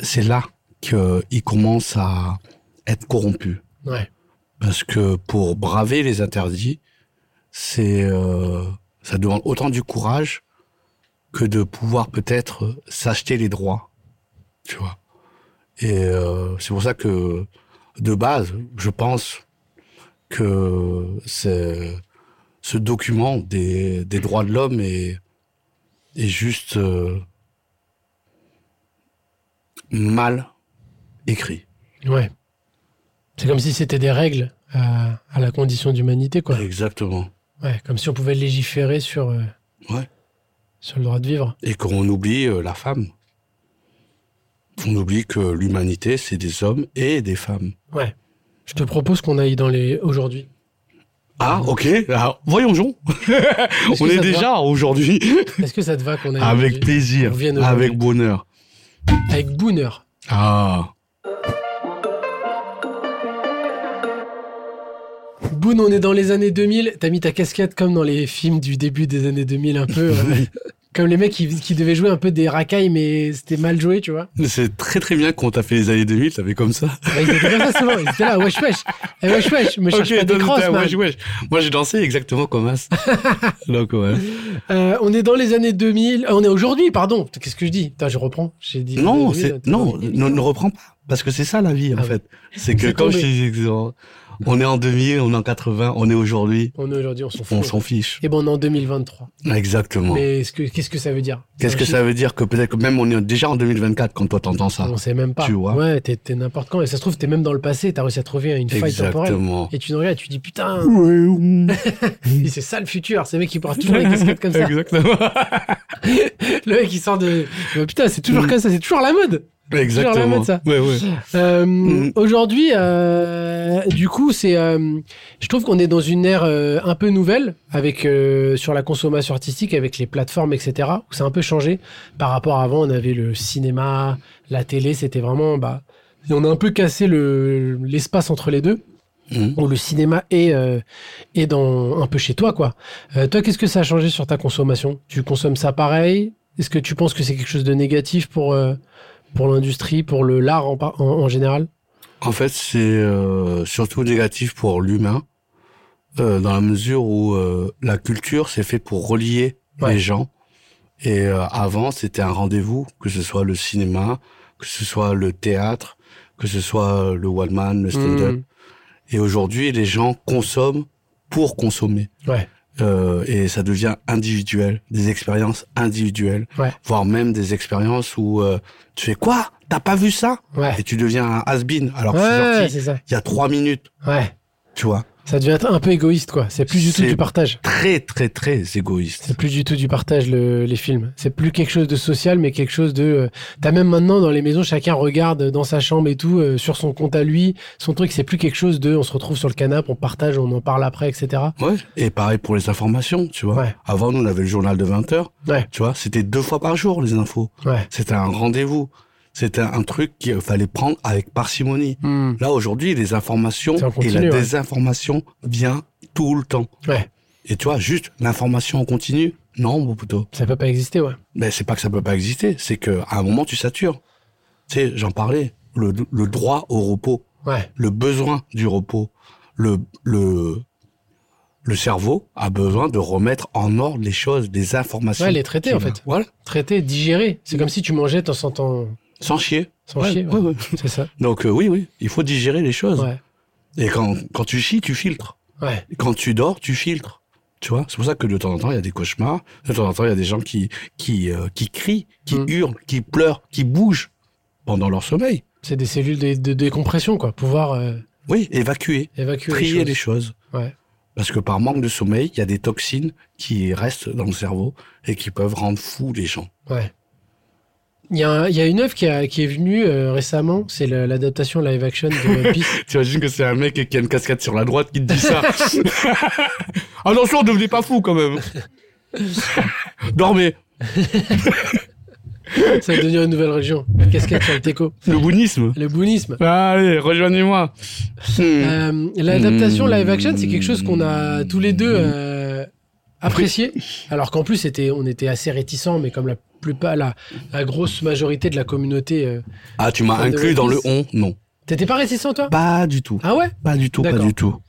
[SPEAKER 2] c'est là qu'ils commencent à être corrompus.
[SPEAKER 1] Ouais.
[SPEAKER 2] Parce que pour braver les interdits, c'est euh, ça demande autant du courage que de pouvoir peut-être s'acheter les droits, tu vois. Et euh, c'est pour ça que de base, je pense que c'est ce document des, des droits de l'homme est, est juste euh, mal écrit.
[SPEAKER 1] Ouais. C'est comme si c'était des règles euh, à la condition d'humanité, quoi.
[SPEAKER 2] Exactement.
[SPEAKER 1] Ouais, comme si on pouvait légiférer sur, euh,
[SPEAKER 2] Ouais.
[SPEAKER 1] sur le droit de vivre.
[SPEAKER 2] Et qu'on oublie euh, la femme. On oublie que l'humanité, c'est des hommes et des femmes.
[SPEAKER 1] Ouais. Je te propose qu'on aille dans les aujourd'hui.
[SPEAKER 2] Ah, ok. Alors, voyons, Jean.
[SPEAKER 1] Est-ce
[SPEAKER 2] On
[SPEAKER 1] que
[SPEAKER 2] est
[SPEAKER 1] ça te
[SPEAKER 2] déjà aujourd'hui.
[SPEAKER 1] va Est-ce que ça te va qu'on aille
[SPEAKER 2] Avec
[SPEAKER 1] aujourd'hui
[SPEAKER 2] plaisir.
[SPEAKER 1] On vient d'aujourd'hui.
[SPEAKER 2] Avec bonheur.
[SPEAKER 1] avec Booner
[SPEAKER 2] Ah.
[SPEAKER 1] Boone, on est dans les années 2000. T'as mis ta casquette comme dans les films du début des années 2000, un peu. euh, comme les mecs qui, qui devaient jouer un peu des racailles, mais c'était mal joué, tu vois.
[SPEAKER 2] C'est très très bien qu'on t'a fait les années 2000, t'avais comme ça.
[SPEAKER 1] Bah, ils étaient comme ça souvent. Ils étaient là, wesh wesh. Eh, wesh wesh, me cherche
[SPEAKER 2] Ok,
[SPEAKER 1] pas des
[SPEAKER 2] donc,
[SPEAKER 1] crosses,
[SPEAKER 2] t'as-
[SPEAKER 1] man.
[SPEAKER 2] wesh, wesh. Moi j'ai dansé exactement comme As. Donc ouais.
[SPEAKER 1] Euh, on est dans les années 2000. euh, on est aujourd'hui, pardon. Qu'est-ce que je dis Putain, je reprends. J'ai dit.
[SPEAKER 2] Non,
[SPEAKER 1] 2000,
[SPEAKER 2] c'est, non,
[SPEAKER 1] dans les
[SPEAKER 2] ne,
[SPEAKER 1] 2000.
[SPEAKER 2] ne reprends pas. Parce que c'est ça la vie, en
[SPEAKER 1] Ah oui.
[SPEAKER 2] fait. C'est que
[SPEAKER 1] C'est
[SPEAKER 2] comme je
[SPEAKER 1] tombé.
[SPEAKER 2] te dis, on est en 2000, on est en 80, on est aujourd'hui,
[SPEAKER 1] On est aujourd'hui, on s'en fout.
[SPEAKER 2] on s'en fiche.
[SPEAKER 1] Et ben on est en 2023.
[SPEAKER 2] Exactement.
[SPEAKER 1] Mais est-ce que- qu'est-ce que ça veut dire
[SPEAKER 2] Qu'est-ce que
[SPEAKER 1] Un
[SPEAKER 2] ça veut dire que peut-être que même on est déjà en 2024 quand toi t'entends ça
[SPEAKER 1] On sait même pas.
[SPEAKER 2] Tu vois.
[SPEAKER 1] Ouais, t'es, t'es n'importe quand. Et ça se trouve, t'es même dans le passé, t'as réussi à trouver une faille temporelle.
[SPEAKER 2] Exactement.
[SPEAKER 1] Et tu nous regardes et tu dis putain,
[SPEAKER 2] Exactement.
[SPEAKER 1] et c'est ça le futur. Ces mecs qui partent toujours avec des casquettes comme ça. Le mec qui sort de. Mais putain, c'est toujours
[SPEAKER 2] Mm.
[SPEAKER 1] comme ça, c'est toujours la mode. Toujours la
[SPEAKER 2] Exactement.
[SPEAKER 1] mode, ça.
[SPEAKER 2] Ouais, ouais.
[SPEAKER 1] Euh,
[SPEAKER 2] Mm.
[SPEAKER 1] Aujourd'hui, euh, du coup, c'est. euh, je trouve qu'on est dans une ère euh, un peu nouvelle avec euh, sur la consommation artistique, avec les plateformes, etc. Où c'est un peu changé par rapport à avant. On avait le cinéma, la télé, c'était vraiment bah. et on a un peu cassé le l'espace entre les deux.
[SPEAKER 2] Mhm.
[SPEAKER 1] Où le cinéma est euh, est dans un peu chez toi, quoi. Euh, toi, qu'est-ce que ça a changé sur ta consommation Tu consommes ça pareil Est-ce que tu penses que c'est quelque chose de négatif pour euh, pour l'industrie, pour le l'art en, par- en, en général
[SPEAKER 2] En fait, c'est euh, surtout négatif pour l'humain, euh, dans la mesure où euh, la culture, c'est fait pour relier
[SPEAKER 1] Ouais.
[SPEAKER 2] les gens. Et euh, avant, c'était un rendez-vous, que ce soit le cinéma, que ce soit le théâtre, que ce soit le one man, le stand-up.
[SPEAKER 1] Mhm.
[SPEAKER 2] Et aujourd'hui, les gens consomment pour consommer.
[SPEAKER 1] Ouais.
[SPEAKER 2] Euh, et ça devient individuel, des expériences individuelles,
[SPEAKER 1] Ouais.
[SPEAKER 2] voire même des expériences où euh, tu fais quoi T'as pas vu ça
[SPEAKER 1] Ouais.
[SPEAKER 2] Et tu deviens un has-been alors que c'est
[SPEAKER 1] Ouais,
[SPEAKER 2] sorti
[SPEAKER 1] c'est ça.
[SPEAKER 2] il y a trois minutes,
[SPEAKER 1] Ouais.
[SPEAKER 2] tu vois.
[SPEAKER 1] Ça devient un peu égoïste, quoi. C'est plus du tout
[SPEAKER 2] C'est-
[SPEAKER 1] du partage.
[SPEAKER 2] Très, très, très égoïste.
[SPEAKER 1] C'est plus du tout du partage, le- les films. C'est plus quelque chose de social, mais quelque chose de. euh, T'as même maintenant dans les maisons, chacun regarde dans sa chambre et tout, euh, sur son compte à lui, son truc. C'est plus quelque chose de. On se retrouve sur le canapé, on partage, on en parle après, etc.
[SPEAKER 2] Ouais. Et pareil pour les informations, tu vois.
[SPEAKER 1] Ouais.
[SPEAKER 2] Avant, nous, on avait le journal de 20 heures.
[SPEAKER 1] Ouais.
[SPEAKER 2] Tu vois, c'était deux fois par jour, les infos.
[SPEAKER 1] Ouais.
[SPEAKER 2] C'était un rendez-vous. C'était un truc qu'il fallait prendre avec parcimonie.
[SPEAKER 1] Hmm.
[SPEAKER 2] Là, aujourd'hui, les informations
[SPEAKER 1] C'est en
[SPEAKER 2] et
[SPEAKER 1] continu,
[SPEAKER 2] la
[SPEAKER 1] ouais.
[SPEAKER 2] désinformation vient tout le temps.
[SPEAKER 1] Ouais.
[SPEAKER 2] Et tu vois, juste l'information en continu, non, bon, plutôt.
[SPEAKER 1] Ça peut pas exister, ouais.
[SPEAKER 2] Mais c'est pas que ça peut pas exister, c'est que à un moment, tu satures. Tu sais, j'en parlais, le- le droit au repos.
[SPEAKER 1] Ouais.
[SPEAKER 2] le besoin du repos. Le, le, le cerveau a besoin de remettre en ordre les choses, les informations.
[SPEAKER 1] Ouais, les traiter, en
[SPEAKER 2] qu'il a.
[SPEAKER 1] fait.
[SPEAKER 2] Voilà.
[SPEAKER 1] Traiter, digérer. C'est comme si tu mangeais en sentant.
[SPEAKER 2] Sans chier.
[SPEAKER 1] Sans
[SPEAKER 2] Ouais,
[SPEAKER 1] chier.
[SPEAKER 2] ouais,
[SPEAKER 1] ouais.
[SPEAKER 2] ouais.
[SPEAKER 1] C'est ça.
[SPEAKER 2] Donc, euh, oui, oui, il faut digérer les choses.
[SPEAKER 1] Ouais.
[SPEAKER 2] Et quand, quand tu chies, tu filtres.
[SPEAKER 1] Ouais.
[SPEAKER 2] Et Quand tu dors, tu filtres. Tu vois, c'est pour ça que de temps en temps, il y a des cauchemars. De temps en temps, il y a des gens qui, qui, euh, qui crient, qui
[SPEAKER 1] Mm.
[SPEAKER 2] hurlent, qui pleurent, qui bougent pendant leur sommeil.
[SPEAKER 1] C'est des cellules de, de décompression, quoi. Pouvoir euh,
[SPEAKER 2] Oui, évacuer.
[SPEAKER 1] évacuer
[SPEAKER 2] trier
[SPEAKER 1] les
[SPEAKER 2] les
[SPEAKER 1] choses.
[SPEAKER 2] choses.
[SPEAKER 1] Ouais.
[SPEAKER 2] Parce que par manque de sommeil, il y a des toxines qui restent dans le cerveau et qui peuvent rendre fous les gens.
[SPEAKER 1] Ouais. Il y, a un- il y a une œuvre qui, a- qui est venue euh, récemment, c'est le- l'adaptation live action de One Piece.
[SPEAKER 2] T'imagines que c'est un mec qui a une cascade sur la droite qui te dit ça Ah, Attention, devenez pas fou quand même Dormez
[SPEAKER 1] Ça va devenir une nouvelle religion. La cascade sur le teco.
[SPEAKER 2] Le bouddhisme
[SPEAKER 1] Le bouddhisme.
[SPEAKER 2] Allez, rejoignez-moi Mm. Hmm.
[SPEAKER 1] Euh, L'adaptation live action, c'est quelque chose qu'on a tous les deux euh, apprécié. Alors qu'en plus, c'était, on était assez réticents, mais comme la plupart, la, la grosse majorité de la communauté. euh,
[SPEAKER 2] Ah, tu m'as
[SPEAKER 1] Fan de
[SPEAKER 2] inclus dans le
[SPEAKER 1] One
[SPEAKER 2] on Non.
[SPEAKER 1] T'étais pas réticent, toi
[SPEAKER 2] Pas du tout.
[SPEAKER 1] Ah ouais
[SPEAKER 2] Pas du tout, pas
[SPEAKER 1] D'accord.
[SPEAKER 2] du tout.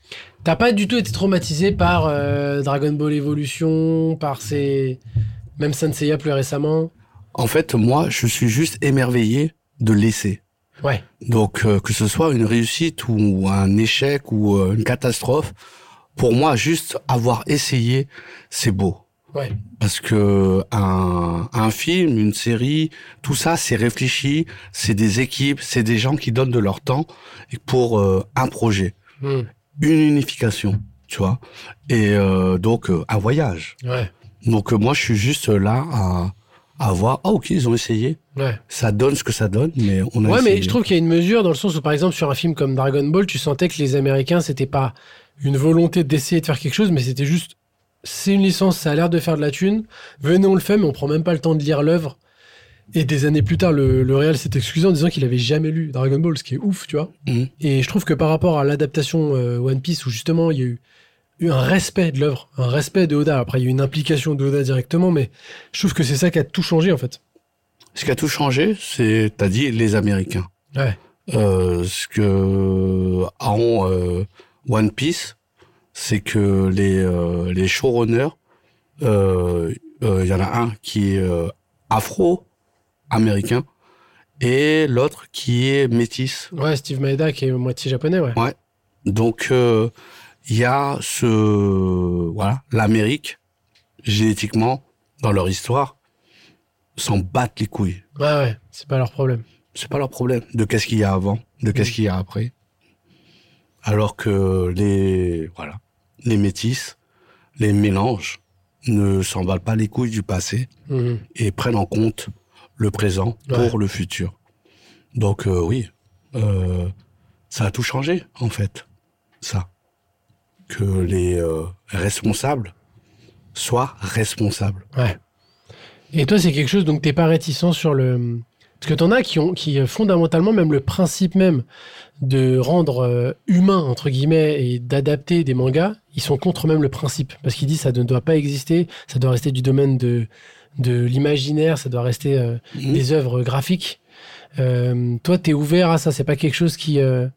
[SPEAKER 1] T'as pas du tout été traumatisé par euh, Dragon Ball Evolution, par ces. Même Senseiya plus récemment
[SPEAKER 2] En fait, moi, je suis juste émerveillé de l'essai.
[SPEAKER 1] Ouais.
[SPEAKER 2] Donc euh, que ce soit une réussite ou un échec ou euh, une catastrophe, pour moi juste avoir essayé, c'est beau.
[SPEAKER 1] Ouais.
[SPEAKER 2] Parce que un, un film, une série, tout ça, c'est réfléchi, c'est des équipes, c'est des gens qui donnent de leur temps pour euh, un projet,
[SPEAKER 1] Hmm.
[SPEAKER 2] une unification, tu vois, et euh, donc euh, un voyage.
[SPEAKER 1] Ouais,
[SPEAKER 2] Donc euh, moi, je suis juste là à, à voir. Ah ok, ils ont essayé.
[SPEAKER 1] ouais.
[SPEAKER 2] Ça donne ce que ça donne, mais on a
[SPEAKER 1] ouais,
[SPEAKER 2] essayé.
[SPEAKER 1] mais je trouve qu'il y a une mesure dans le sens où, par exemple, sur un film comme Dragon Ball, tu sentais que les Américains, c'était pas une volonté d'essayer de faire quelque chose, mais c'était juste, c'est une licence, ça a l'air de faire de la thune, venez, on le fait, mais on prend même pas le temps de lire l'œuvre. Et des années plus tard, le, le réel s'est excusé en disant qu'il avait jamais lu Dragon Ball, ce qui est ouf, tu vois.
[SPEAKER 2] Mhm.
[SPEAKER 1] Et je trouve que par rapport à l'adaptation euh, One Piece, où justement, il y a eu, eu un respect de l'œuvre, un respect de Oda. Après, il y a eu une implication de Oda directement, mais je trouve que c'est ça qui a tout changé, en fait.
[SPEAKER 2] Ce qui a tout changé, c'est, t'as dit, les Américains.
[SPEAKER 1] Ouais.
[SPEAKER 2] Euh, ce que ont euh, One Piece, c'est que les, euh, les showrunners, euh, euh, il y en a un qui est euh, afro-américain et l'autre qui est métisse.
[SPEAKER 1] Ouais, Steve Maeda qui est moitié japonais, ouais.
[SPEAKER 2] Ouais. Donc euh, il y a ce voilà l'Amérique génétiquement dans leur histoire s'en battent les couilles.
[SPEAKER 1] Ouais, ouais, c'est pas leur problème.
[SPEAKER 2] C'est pas leur problème de qu'est-ce qu'il y a avant, de qu'est-ce qu'il y a après. Alors que les voilà les métis, les mélanges ne s'en battent pas les couilles du passé
[SPEAKER 1] Mhm.
[SPEAKER 2] et prennent en compte le présent
[SPEAKER 1] Ouais.
[SPEAKER 2] pour le futur. Donc euh, oui, euh, ça a tout changé en fait, ça. Que les euh, responsables soient responsables.
[SPEAKER 1] Ouais. Et toi, c'est quelque chose, donc t'es pas réticent sur le. Parce que t'en as qui ont, qui euh, fondamentalement, même le principe même de rendre euh, humain, entre guillemets, et d'adapter des mangas, ils sont contre même le principe. Parce qu'ils disent ça ne doit pas exister, ça doit rester du domaine de, de l'imaginaire, ça doit rester euh,
[SPEAKER 2] Mm.
[SPEAKER 1] des œuvres graphiques. Euh, toi, t'es ouvert à ça, c'est pas quelque chose qui. euh,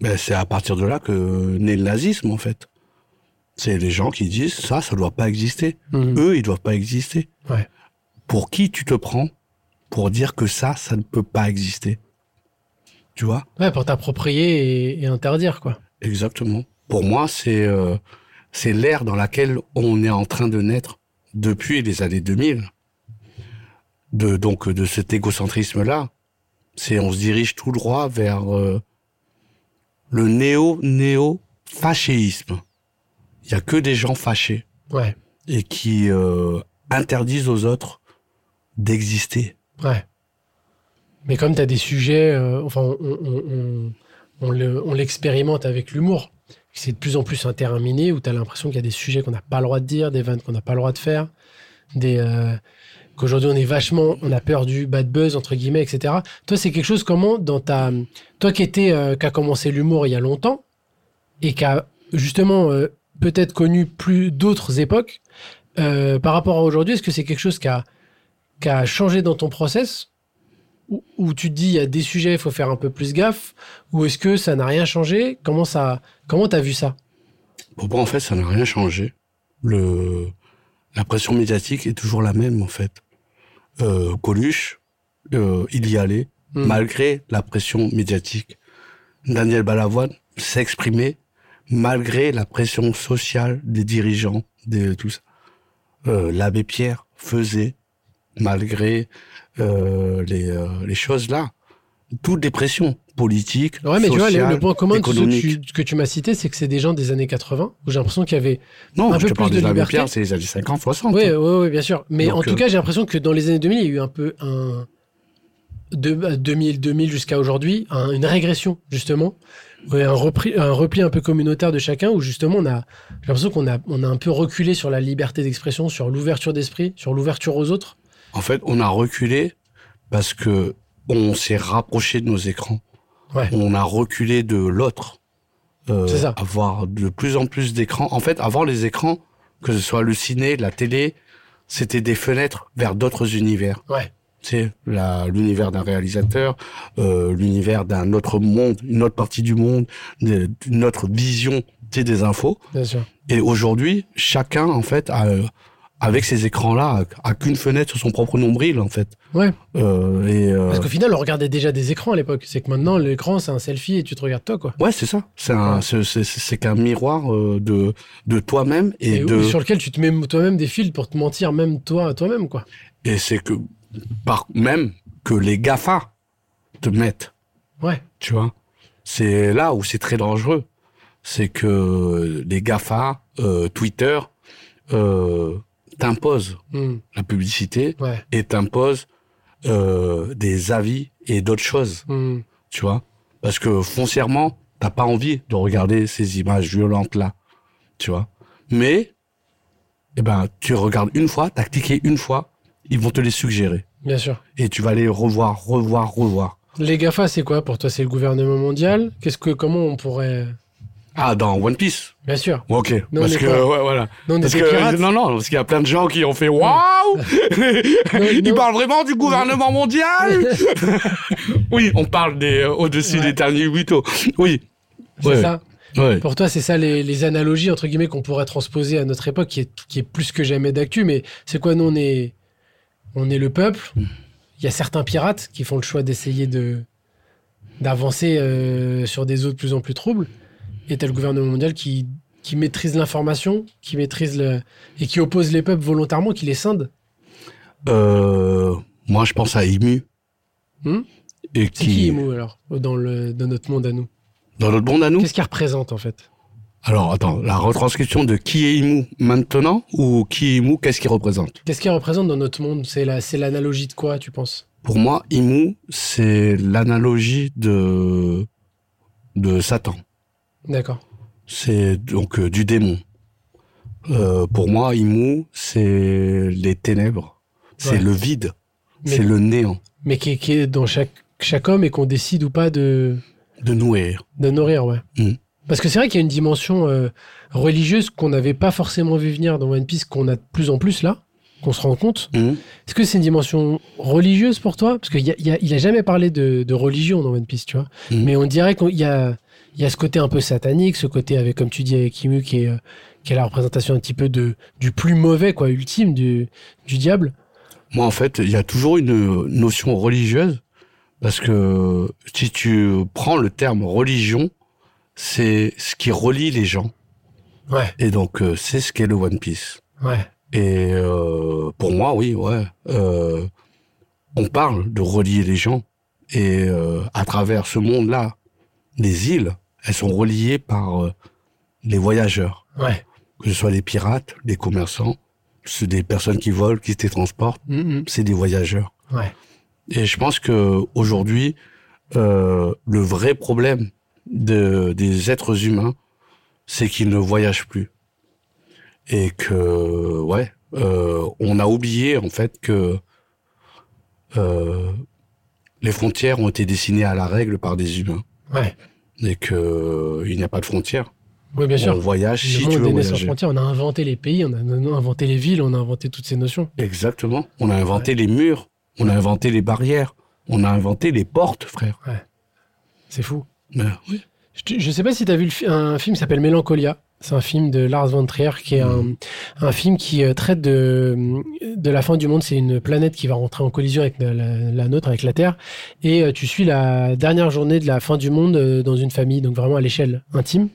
[SPEAKER 2] Ben, c'est à partir de là que naît le nazisme en fait. C'est les gens qui disent ça, ça doit pas exister.
[SPEAKER 1] hmm.
[SPEAKER 2] Eux, ils doivent pas exister.
[SPEAKER 1] Ouais.
[SPEAKER 2] Pour qui tu te prends pour dire que ça, ça ne peut pas exister Tu vois
[SPEAKER 1] Ouais, pour t'approprier et, et interdire, quoi.
[SPEAKER 2] Exactement. Pour moi, c'est euh, c'est l'ère dans laquelle on est en train de naître depuis les années 2000. De, donc de cet égocentrisme-là, c'est on se dirige tout droit vers euh, le néo-néo-fascéisme. Il y a que des gens fâchés
[SPEAKER 1] Ouais,
[SPEAKER 2] et qui euh, interdisent aux autres d'exister.
[SPEAKER 1] ouais. Mais comme t'as des sujets, euh, enfin, on, on- on- on le- on l'expérimente avec l'humour. C'est de plus en plus un terrain miné où t'as l'impression qu'il y a des sujets qu'on n'a pas le droit de dire, des vannes qu'on n'a pas le droit de faire, des euh, qu'aujourd'hui on est vachement, on a peur du bad buzz entre guillemets, etc. Toi, c'est quelque chose comment dans ta, toi qui étais, euh, qui a commencé l'humour il y a longtemps et qui a justement euh, peut-être connu plus d'autres époques. Euh, par rapport à aujourd'hui, est-ce que c'est quelque chose qui a, qui a changé dans ton process Ou- Ou tu te dis, il y a des sujets, il faut faire un peu plus gaffe Ou est-ce que ça n'a rien changé Comment ça comment t'as vu ça
[SPEAKER 2] Pour moi, bah, en fait, ça n'a rien changé. Le, la pression médiatique est toujours la même, en fait. Euh, Coluche, euh, il y allait,
[SPEAKER 1] Hmm.
[SPEAKER 2] malgré la pression médiatique. Daniel Balavoine s'exprimait, malgré la pression sociale des dirigeants, de tout ça. Euh, L'abbé Pierre faisait, malgré euh, les, euh, les choses là. Toutes les pressions politiques,
[SPEAKER 1] Ouais, mais tu vois,
[SPEAKER 2] sociales,
[SPEAKER 1] le, le point commun de ceux que
[SPEAKER 2] économiques.
[SPEAKER 1] tu, que tu m'as cité, c'est que c'est des gens des années 80, où j'ai l'impression qu'il y avait.
[SPEAKER 2] Non,
[SPEAKER 1] un
[SPEAKER 2] je
[SPEAKER 1] peu
[SPEAKER 2] te parle
[SPEAKER 1] plus
[SPEAKER 2] des
[SPEAKER 1] de
[SPEAKER 2] Abbé
[SPEAKER 1] liberté.
[SPEAKER 2] Pierre, c'est les années 50, 60.
[SPEAKER 1] Oui, oui, bien sûr. Mais
[SPEAKER 2] Donc,
[SPEAKER 1] en tout
[SPEAKER 2] euh,
[SPEAKER 1] cas, j'ai l'impression que dans les années 2000, il y a eu un peu un. De bah, 2000, 2000 jusqu'à aujourd'hui, un- une régression, justement. Ouais, un, repli, un repli un peu communautaire de chacun, où justement, on a, j'ai l'impression qu'on a, on a un peu reculé sur la liberté d'expression, sur l'ouverture d'esprit, sur l'ouverture aux autres.
[SPEAKER 2] En fait, on a reculé parce que on s'est rapproché de nos écrans.
[SPEAKER 1] Ouais.
[SPEAKER 2] On a reculé de l'autre. Euh,
[SPEAKER 1] C'est ça.
[SPEAKER 2] Avoir de plus en plus d'écrans. En fait, avant les écrans, que ce soit le ciné, la télé, c'était des fenêtres vers d'autres univers.
[SPEAKER 1] Ouais.
[SPEAKER 2] Tu sais, la- l'univers d'un réalisateur, euh, l'univers d'un autre monde, une autre partie du monde, de- d'une autre vision tu sais, des infos.
[SPEAKER 1] Bien sûr.
[SPEAKER 2] Et aujourd'hui, chacun, en fait, a, euh, avec ces écrans-là, a, a qu'une fenêtre sur son propre nombril, en fait.
[SPEAKER 1] Ouais.
[SPEAKER 2] Euh, et, euh,
[SPEAKER 1] Parce qu'au final, on regardait déjà des écrans à l'époque. C'est que maintenant, l'écran, c'est un selfie et tu te regardes toi, quoi.
[SPEAKER 2] Ouais, c'est ça. C'est un-
[SPEAKER 1] Ouais.
[SPEAKER 2] c'est- c'est- c'est- c'est qu'un miroir euh, de, de toi-même et,
[SPEAKER 1] Et,
[SPEAKER 2] de.
[SPEAKER 1] sur lequel tu te mets toi-même des fils pour te mentir, même toi, à toi-même, quoi.
[SPEAKER 2] Et c'est que par même que les Gafa te mettent.
[SPEAKER 1] Ouais.
[SPEAKER 2] Tu vois. C'est là où c'est très dangereux. C'est que les Gafa, euh, Twitter, euh, t'imposent
[SPEAKER 1] Hmm.
[SPEAKER 2] la publicité
[SPEAKER 1] Ouais.
[SPEAKER 2] et t'impose euh, des avis et d'autres choses,
[SPEAKER 1] Hmm.
[SPEAKER 2] tu vois. Parce que foncièrement, t'as pas envie de regarder ces images violentes là, tu vois. Mais, eh ben, tu regardes une fois, t'as cliqué une fois, ils vont te les suggérer
[SPEAKER 1] Bien sûr.
[SPEAKER 2] et tu vas les revoir, revoir, revoir.
[SPEAKER 1] Les GAFA, c'est quoi pour toi C'est le gouvernement mondial Qu'est-ce que, comment on pourrait.
[SPEAKER 2] Ah, dans One Piece.
[SPEAKER 1] Bien sûr.
[SPEAKER 2] Ok.
[SPEAKER 1] Non,
[SPEAKER 2] parce
[SPEAKER 1] mais
[SPEAKER 2] que
[SPEAKER 1] quoi
[SPEAKER 2] ouais, voilà.
[SPEAKER 1] Non, on
[SPEAKER 2] Parce
[SPEAKER 1] était
[SPEAKER 2] que
[SPEAKER 1] pirates.
[SPEAKER 2] non non parce qu'il y a plein de gens qui ont fait waouh.
[SPEAKER 1] non.
[SPEAKER 2] Ils parlent vraiment du gouvernement mondial. Oui, on parle des euh, au-dessus
[SPEAKER 1] Ouais.
[SPEAKER 2] des derniers huito. Oui.
[SPEAKER 1] c'est
[SPEAKER 2] Ouais.
[SPEAKER 1] ça.
[SPEAKER 2] Ouais.
[SPEAKER 1] Pour toi, c'est ça les, les analogies, entre guillemets, qu'on pourrait transposer à notre
[SPEAKER 2] Hmm.
[SPEAKER 1] époque, qui est, qui est plus que jamais d'actu. Mais c'est quoi Nous, on est, on est le peuple. Il il y a certains pirates qui font le choix d'essayer de d'avancer euh, sur des eaux de plus en plus troubles. Et t'as le gouvernement mondial qui, qui maîtrise l'information, qui maîtrise le et qui oppose les peuples volontairement, qui les scinde.
[SPEAKER 2] Euh, moi, je pense à Imu.
[SPEAKER 1] Hmm
[SPEAKER 2] et
[SPEAKER 1] C'est qui Imo alors dans le dans notre monde à nous
[SPEAKER 2] Dans notre monde à nous
[SPEAKER 1] Qu'est-ce qu'il représente en fait
[SPEAKER 2] Alors, attends, la retranscription de qui est Imu maintenant ou qui est Imu, qu'est-ce qu'il représente
[SPEAKER 1] Qu'est-ce qu'il représente dans notre monde C'est la c'est l'analogie de quoi tu penses
[SPEAKER 2] Pour moi, Imu, c'est l'analogie de, de Satan.
[SPEAKER 1] D'accord.
[SPEAKER 2] C'est donc euh, du démon. Euh, pour moi, Imu, c'est les ténèbres. C'est
[SPEAKER 1] Ouais.
[SPEAKER 2] le vide.
[SPEAKER 1] Mais-
[SPEAKER 2] C'est le néant.
[SPEAKER 1] Mais qui, est- qui est dans chaque chaque homme et qu'on décide ou pas de
[SPEAKER 2] De nourrir.
[SPEAKER 1] de nourrir, ouais.
[SPEAKER 2] Mhm.
[SPEAKER 1] Parce que c'est vrai qu'il y a une dimension euh, religieuse qu'on n'avait pas forcément vu venir dans One Piece, qu'on a de plus en plus là, qu'on se rend compte.
[SPEAKER 2] Hum.
[SPEAKER 1] Est-ce que c'est une dimension religieuse pour toi Parce qu'il y a- il y a- il a jamais parlé de, de religion dans One Piece, tu vois.
[SPEAKER 2] Mhm.
[SPEAKER 1] Mais on dirait qu'il y a, il y a ce côté un peu satanique, ce côté avec, comme tu dis, avec Kimu, qui est, euh, qui est la représentation un petit peu de, du plus mauvais, quoi, ultime, du, du diable.
[SPEAKER 2] Moi, en fait, il y a toujours une notion religieuse, parce que si tu prends le terme religion, c'est ce qui relie les gens,
[SPEAKER 1] Ouais,
[SPEAKER 2] et donc euh, c'est ce qu'est le One Piece.
[SPEAKER 1] ouais.
[SPEAKER 2] Et euh, pour moi, oui, ouais, euh, on parle de relier les gens, et euh, à travers ce monde-là, les îles, elles sont reliées par euh, les voyageurs,
[SPEAKER 1] Ouais.
[SPEAKER 2] que ce soit les pirates, les commerçants, c'est des personnes qui volent, qui te transportent,
[SPEAKER 1] Mm, mm.
[SPEAKER 2] c'est des voyageurs.
[SPEAKER 1] Ouais.
[SPEAKER 2] Et je pense que aujourd'hui, euh, le vrai problème de, des êtres humains, c'est qu'ils ne voyagent plus. Et que, ouais, euh, on a oublié en fait que euh, les frontières ont été dessinées à la règle par des humains
[SPEAKER 1] Ouais.
[SPEAKER 2] et que euh, il n'y a pas de frontières.
[SPEAKER 1] Oui, bien sûr.
[SPEAKER 2] on voyage
[SPEAKER 1] Le
[SPEAKER 2] si
[SPEAKER 1] monde
[SPEAKER 2] tu veux
[SPEAKER 1] est né sans
[SPEAKER 2] voyager.
[SPEAKER 1] frontières. On a inventé les pays, on a on a inventé les villes, on a inventé toutes ces notions.
[SPEAKER 2] Exactement. On a inventé les murs, on a inventé les barrières, on a inventé les portes, frère.
[SPEAKER 1] C'est fou.
[SPEAKER 2] Ben, oui.
[SPEAKER 1] Je te- Je sais pas si tu as vu le fi- un film qui s'appelle Mélancolia. C'est un film de Lars von Trier qui est un, un film qui euh, traite de, de la fin du monde. C'est une planète qui va rentrer en collision avec la, la- la nôtre, avec la Terre. Et euh, tu suis la dernière journée de la fin du monde euh, dans une famille, donc vraiment à l'échelle intime.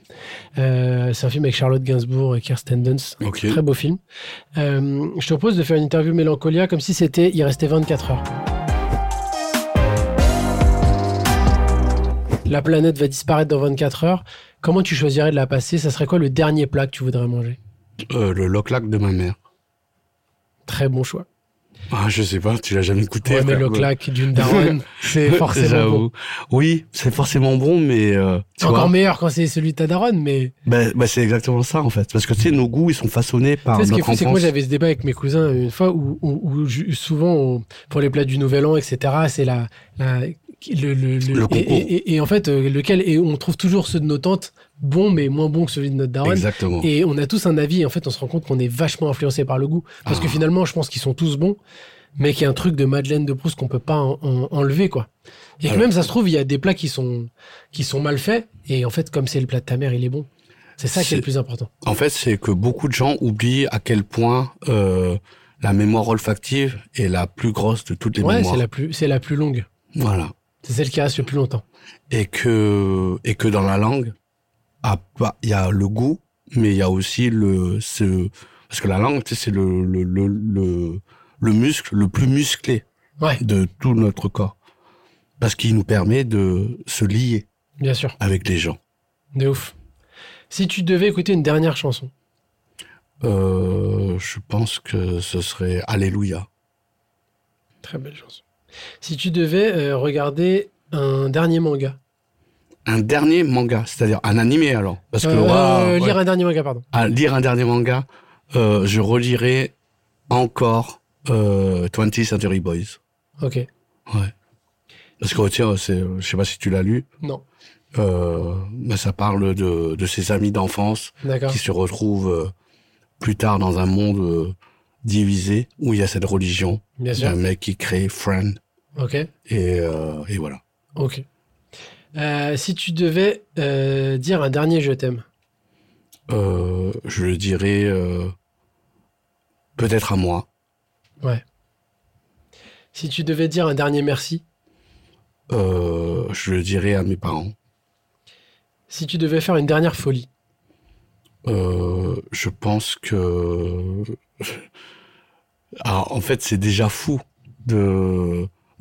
[SPEAKER 1] Euh, c'est un film avec Charlotte Gainsbourg et Kirsten Dunst.
[SPEAKER 2] Ok.
[SPEAKER 1] Très beau film. Euh, je te propose de faire une interview Mélancolia comme si c'était il restait 24 heures. La planète va disparaître dans 24 heures. Comment tu choisirais de la passer Ça serait quoi le dernier plat que tu voudrais manger
[SPEAKER 2] Euh, le loclac de ma mère.
[SPEAKER 1] Très bon choix.
[SPEAKER 2] Ah, je sais pas, tu l'as jamais écouté.
[SPEAKER 1] Ouais, mais
[SPEAKER 2] frère.
[SPEAKER 1] le claque d'une daronne, c'est forcément
[SPEAKER 2] J'avoue.
[SPEAKER 1] bon.
[SPEAKER 2] Oui, c'est forcément bon, mais euh, tu
[SPEAKER 1] Encore
[SPEAKER 2] vois,
[SPEAKER 1] meilleur quand c'est celui de ta daronne, mais
[SPEAKER 2] ben- ben, c'est exactement ça en fait, parce que tu sais, nos goûts ils sont façonnés par
[SPEAKER 1] tu sais ce qui est
[SPEAKER 2] notre
[SPEAKER 1] fou, c'est que moi
[SPEAKER 2] enfance.
[SPEAKER 1] j'avais ce débat avec mes cousins une fois où, où- où ju- souvent on- pour les plats du Nouvel An, etc. C'est la, la- le, le- le-
[SPEAKER 2] Le
[SPEAKER 1] et,
[SPEAKER 2] concours.
[SPEAKER 1] et- et- et en fait euh, lequel et on trouve toujours ceux de nos tantes bons mais moins bons que celui de notre daronne.
[SPEAKER 2] Exactement.
[SPEAKER 1] Et on a tous un avis, et en fait, on se rend compte qu'on est vachement influencé par le goût. Parce que
[SPEAKER 2] Ah.
[SPEAKER 1] finalement, je pense qu'ils sont tous bons, mais qu'il y a un truc de Madeleine de Proust qu'on peut pas en- en- enlever, quoi. Et que
[SPEAKER 2] Alors-
[SPEAKER 1] même, ça se trouve, il y a des plats qui sont, qui sont mal faits, et en fait, comme c'est le plat de ta mère, il est bon. C'est ça qui est
[SPEAKER 2] C'est-
[SPEAKER 1] le plus important.
[SPEAKER 2] En fait, c'est que beaucoup de gens oublient à quel point euh, la mémoire olfactive est la plus grosse de toutes les
[SPEAKER 1] Ouais,
[SPEAKER 2] mémoires.
[SPEAKER 1] c'est la plus, c'est la plus longue.
[SPEAKER 2] Voilà.
[SPEAKER 1] C'est celle qui reste le plus longtemps.
[SPEAKER 2] Et que et que dans la langue, à pas- il y a le goût, mais il y a aussi le ce parce que la langue, tu sais, c'est le le, le le le muscle le plus musclé.
[SPEAKER 1] Ouais,
[SPEAKER 2] de tout notre corps. Parce qu'il nous permet de se lier
[SPEAKER 1] bien sûr.
[SPEAKER 2] avec les gens.
[SPEAKER 1] De ouf. Si tu devais écouter une dernière chanson,
[SPEAKER 2] Euh, je pense que ce serait Alléluia.
[SPEAKER 1] très belle chanson. Si tu devais euh, regarder un dernier manga,
[SPEAKER 2] Un dernier manga, c'est-à-dire un animé alors. Parce que
[SPEAKER 1] Euh,
[SPEAKER 2] waouh,
[SPEAKER 1] euh, lire
[SPEAKER 2] ouais.
[SPEAKER 1] un dernier manga, pardon.
[SPEAKER 2] Ah, lire un dernier manga, euh, je relirai encore euh, 20 Century Boys.
[SPEAKER 1] Ok.
[SPEAKER 2] Ouais. Parce que tiens, c'est, je sais pas si tu l'as lu,
[SPEAKER 1] Non.
[SPEAKER 2] euh, mais ça parle de, de ses amis d'enfance
[SPEAKER 1] D'accord.
[SPEAKER 2] qui se retrouvent euh, plus tard dans un monde euh, divisé où il y a cette religion.
[SPEAKER 1] Bien
[SPEAKER 2] Il y a
[SPEAKER 1] sûr.
[SPEAKER 2] un mec qui crée Friend
[SPEAKER 1] Ok.
[SPEAKER 2] et, euh, et voilà.
[SPEAKER 1] Ok. Euh, si tu devais euh, dire un dernier je t'aime,
[SPEAKER 2] Euh, je le dirais euh, peut-être à moi.
[SPEAKER 1] Si tu devais dire un dernier merci,
[SPEAKER 2] Euh, je le dirais à mes parents.
[SPEAKER 1] si tu devais faire une dernière folie,
[SPEAKER 2] Euh, je pense que. Ah, en fait, c'est déjà fou de,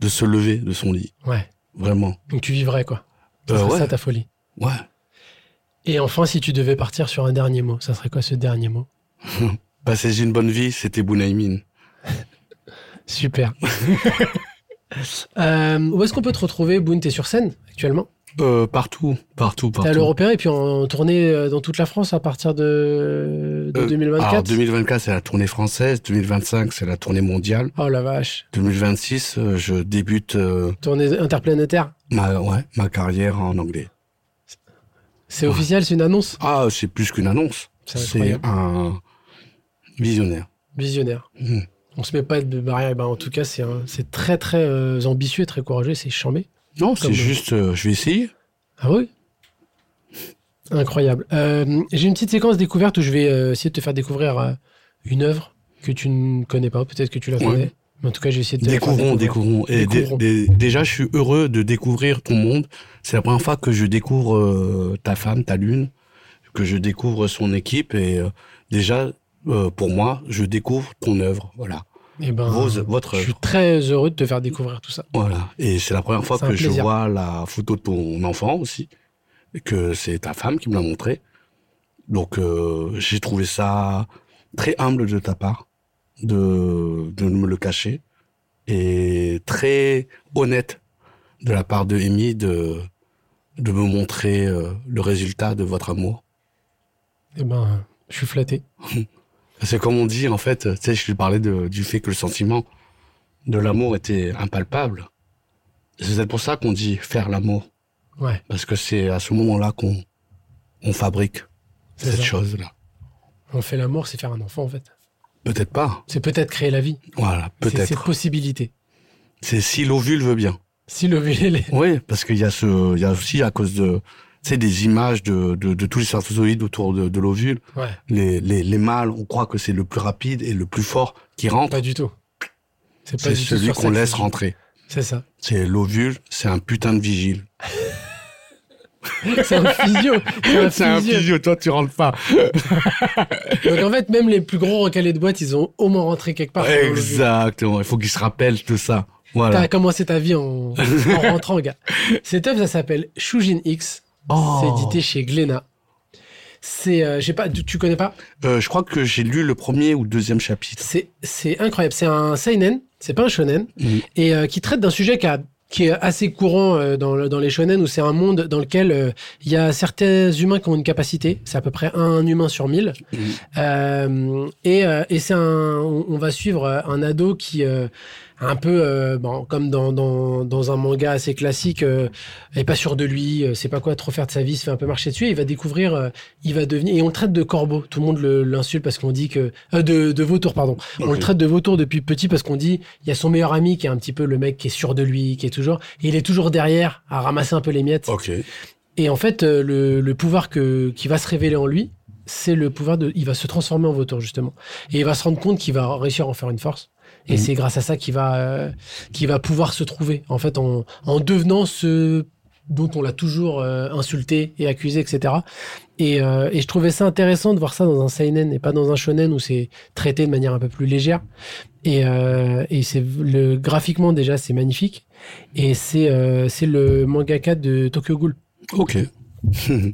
[SPEAKER 2] de se lever de son lit.
[SPEAKER 1] ouais.
[SPEAKER 2] Vraiment.
[SPEAKER 1] Donc tu vivrais quoi. Ça
[SPEAKER 2] Euh,
[SPEAKER 1] serait
[SPEAKER 2] ouais,
[SPEAKER 1] ça ta folie.
[SPEAKER 2] ouais.
[SPEAKER 1] Et enfin, si tu devais partir sur un dernier mot, ça serait quoi ce dernier mot
[SPEAKER 2] Passez une bonne vie, c'était Bounaïmin.
[SPEAKER 1] Super. Euh, où est-ce qu'on peut te retrouver, Boone T'es sur scène actuellement
[SPEAKER 2] Euh, partout, partout,
[SPEAKER 1] T'es à
[SPEAKER 2] partout.
[SPEAKER 1] l'Européen et puis en tournée euh, dans toute la France à partir de, de
[SPEAKER 2] Euh, Alors,
[SPEAKER 1] 2024
[SPEAKER 2] 2024, c'est la tournée française. 2025, c'est la tournée mondiale.
[SPEAKER 1] Oh la vache.
[SPEAKER 2] 2026, euh, je débute euh,
[SPEAKER 1] Tournée interplanétaire.
[SPEAKER 2] ma, ouais, ma carrière en anglais.
[SPEAKER 1] C'est
[SPEAKER 2] Ouais.
[SPEAKER 1] officiel, c'est une annonce
[SPEAKER 2] Ah, c'est plus qu'une annonce.
[SPEAKER 1] C'est
[SPEAKER 2] C'est
[SPEAKER 1] incroyable.
[SPEAKER 2] un visionnaire.
[SPEAKER 1] Visionnaire.
[SPEAKER 2] Hmm.
[SPEAKER 1] On se met pas de barrière. Eh ben, en tout cas, c'est un- c'est très très euh, ambitieux, très courageux, c'est chambé.
[SPEAKER 2] Non, c'est
[SPEAKER 1] Comme-
[SPEAKER 2] juste, euh, je vais essayer.
[SPEAKER 1] Ah oui Incroyable. Euh, J'ai une petite séquence découverte où je vais euh, essayer de te faire découvrir euh, une œuvre que tu ne connais pas, peut-être que tu la
[SPEAKER 2] Ouais.
[SPEAKER 1] connais. Mais en tout cas, j'ai essayé de te la faire
[SPEAKER 2] Découvrons,
[SPEAKER 1] découvrir.
[SPEAKER 2] découvrons. Et dé-
[SPEAKER 1] Découvrons.
[SPEAKER 2] dé- déjà, je suis heureux de découvrir ton monde. C'est la première fois que je découvre euh, ta femme, ta lune, que je découvre son équipe. Et euh, déjà, euh, pour moi, je découvre ton œuvre. Voilà.
[SPEAKER 1] Eh ben,
[SPEAKER 2] Vos- votre
[SPEAKER 1] je suis
[SPEAKER 2] œuvre.
[SPEAKER 1] très heureux de te faire découvrir tout ça.
[SPEAKER 2] Voilà. Et c'est la première fois
[SPEAKER 1] C'est un
[SPEAKER 2] que je
[SPEAKER 1] plaisir.
[SPEAKER 2] vois la photo de ton enfant aussi, et que c'est ta femme qui me l'a montré. Donc, euh, j'ai trouvé ça très humble de ta part de, de me le cacher et très honnête de la part de Amy de, de me montrer euh, le résultat de votre amour.
[SPEAKER 1] Eh ben, je suis flatté.
[SPEAKER 2] C'est comme on dit, en fait, tu sais, je lui parlais de- du fait que le sentiment de l'amour était impalpable. C'est peut-être pour ça qu'on dit faire l'amour.
[SPEAKER 1] Ouais,
[SPEAKER 2] Parce que c'est à ce moment-là qu'on on fabrique
[SPEAKER 1] c'est
[SPEAKER 2] cette
[SPEAKER 1] ça.
[SPEAKER 2] chose-là.
[SPEAKER 1] On fait l'amour, c'est faire un enfant en fait.
[SPEAKER 2] Peut-être pas.
[SPEAKER 1] C'est peut-être créer la vie.
[SPEAKER 2] Voilà,
[SPEAKER 1] C'est
[SPEAKER 2] peut-être.
[SPEAKER 1] cette possibilité.
[SPEAKER 2] C'est si l'ovule veut bien.
[SPEAKER 1] Si le VL est-
[SPEAKER 2] Oui, parce qu'il y a ce, il y a aussi à cause de, tu sais, des images de, de, de tous les sarcozoïdes autour de, de l'ovule.
[SPEAKER 1] Ouais,
[SPEAKER 2] Les, les, les mâles, on croit que c'est le plus rapide et le plus fort qui rentre.
[SPEAKER 1] pas du tout. C'est pas
[SPEAKER 2] C'est
[SPEAKER 1] du tout
[SPEAKER 2] celui
[SPEAKER 1] sur ça
[SPEAKER 2] qu'on
[SPEAKER 1] que
[SPEAKER 2] laisse
[SPEAKER 1] c'est-
[SPEAKER 2] rentrer.
[SPEAKER 1] C'est ça.
[SPEAKER 2] C'est l'ovule, c'est un putain de vigile.
[SPEAKER 1] C'est un physio. C'est un physio.
[SPEAKER 2] toi tu rentres pas.
[SPEAKER 1] Donc en fait, même les plus gros recalés de boîte, ils ont au moins rentré quelque part.
[SPEAKER 2] Exactement, il faut qu'il se rappelle de ça.
[SPEAKER 1] T'as
[SPEAKER 2] Voilà.
[SPEAKER 1] commencé ta vie en, en rentrant, gars. Cette œuvre, ça s'appelle Shujin X.
[SPEAKER 2] Oh.
[SPEAKER 1] C'est édité chez Glénat. C'est, euh, j'ai pas, tu tu connais pas
[SPEAKER 2] Euh, je crois que j'ai lu le premier ou le deuxième chapitre.
[SPEAKER 1] C'est c'est incroyable. C'est un seinen, c'est pas un shonen,
[SPEAKER 2] Mhm.
[SPEAKER 1] et euh, qui traite d'un sujet qui, a- qui est assez courant euh, dans, le- dans les shonen, où c'est un monde dans lequel euh, il y a certains humains qui ont une capacité, c'est à peu près un humain sur mille,
[SPEAKER 2] Mhm.
[SPEAKER 1] Euh, et euh, et c'est un, on, on va suivre euh, un ado qui, euh, un peu euh, bon, comme dans, dans, dans un manga assez classique, euh, est pas sûr de lui, euh, sait pas quoi trop faire de sa vie, se fait un peu marcher dessus, et il va découvrir, euh, il va devenir, et on le traite de corbeau, tout le monde le- l'insulte parce qu'on dit que, euh, de, de vautour, pardon, on le
[SPEAKER 2] Ok.
[SPEAKER 1] traite de vautour depuis petit parce qu'on dit il y a son meilleur ami qui est un petit peu le mec qui est sûr de lui, qui est toujours et il est toujours derrière à ramasser un peu les miettes.
[SPEAKER 2] Ok.
[SPEAKER 1] Et en fait euh, le, le pouvoir que qui va se révéler en lui, c'est le pouvoir de il va se transformer en vautour justement et il va se rendre compte qu'il va réussir à en faire une force. Et
[SPEAKER 2] Mhm.
[SPEAKER 1] c'est grâce à ça qu'il va euh, qu'il va pouvoir se trouver en fait en, en devenant ce dont on l'a toujours euh, insulté et accusé etc. Et, euh, et je trouvais ça intéressant de voir ça dans un seinen et pas dans un shonen où c'est traité de manière un peu plus légère. Et, euh, et c'est le graphiquement déjà c'est magnifique. Et c'est euh, c'est le mangaka de Tokyo Ghoul,
[SPEAKER 2] Ok.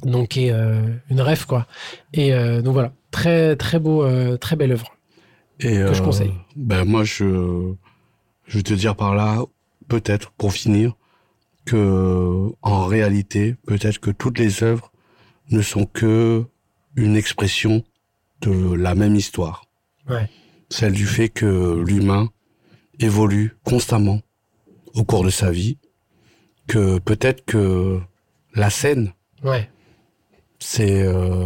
[SPEAKER 1] donc qui est euh, une rêve quoi. Et euh, donc voilà, très très beau, euh, très belle œuvre.
[SPEAKER 2] Et,
[SPEAKER 1] je conseille.
[SPEAKER 2] Ben moi, je, je vais te dire par là, peut-être pour finir, que en réalité, peut-être que toutes les œuvres ne sont que une expression de la même histoire.
[SPEAKER 1] Ouais.
[SPEAKER 2] Celle du fait que l'humain évolue constamment au cours de sa vie, que peut-être que la scène
[SPEAKER 1] Ouais,
[SPEAKER 2] c'est euh,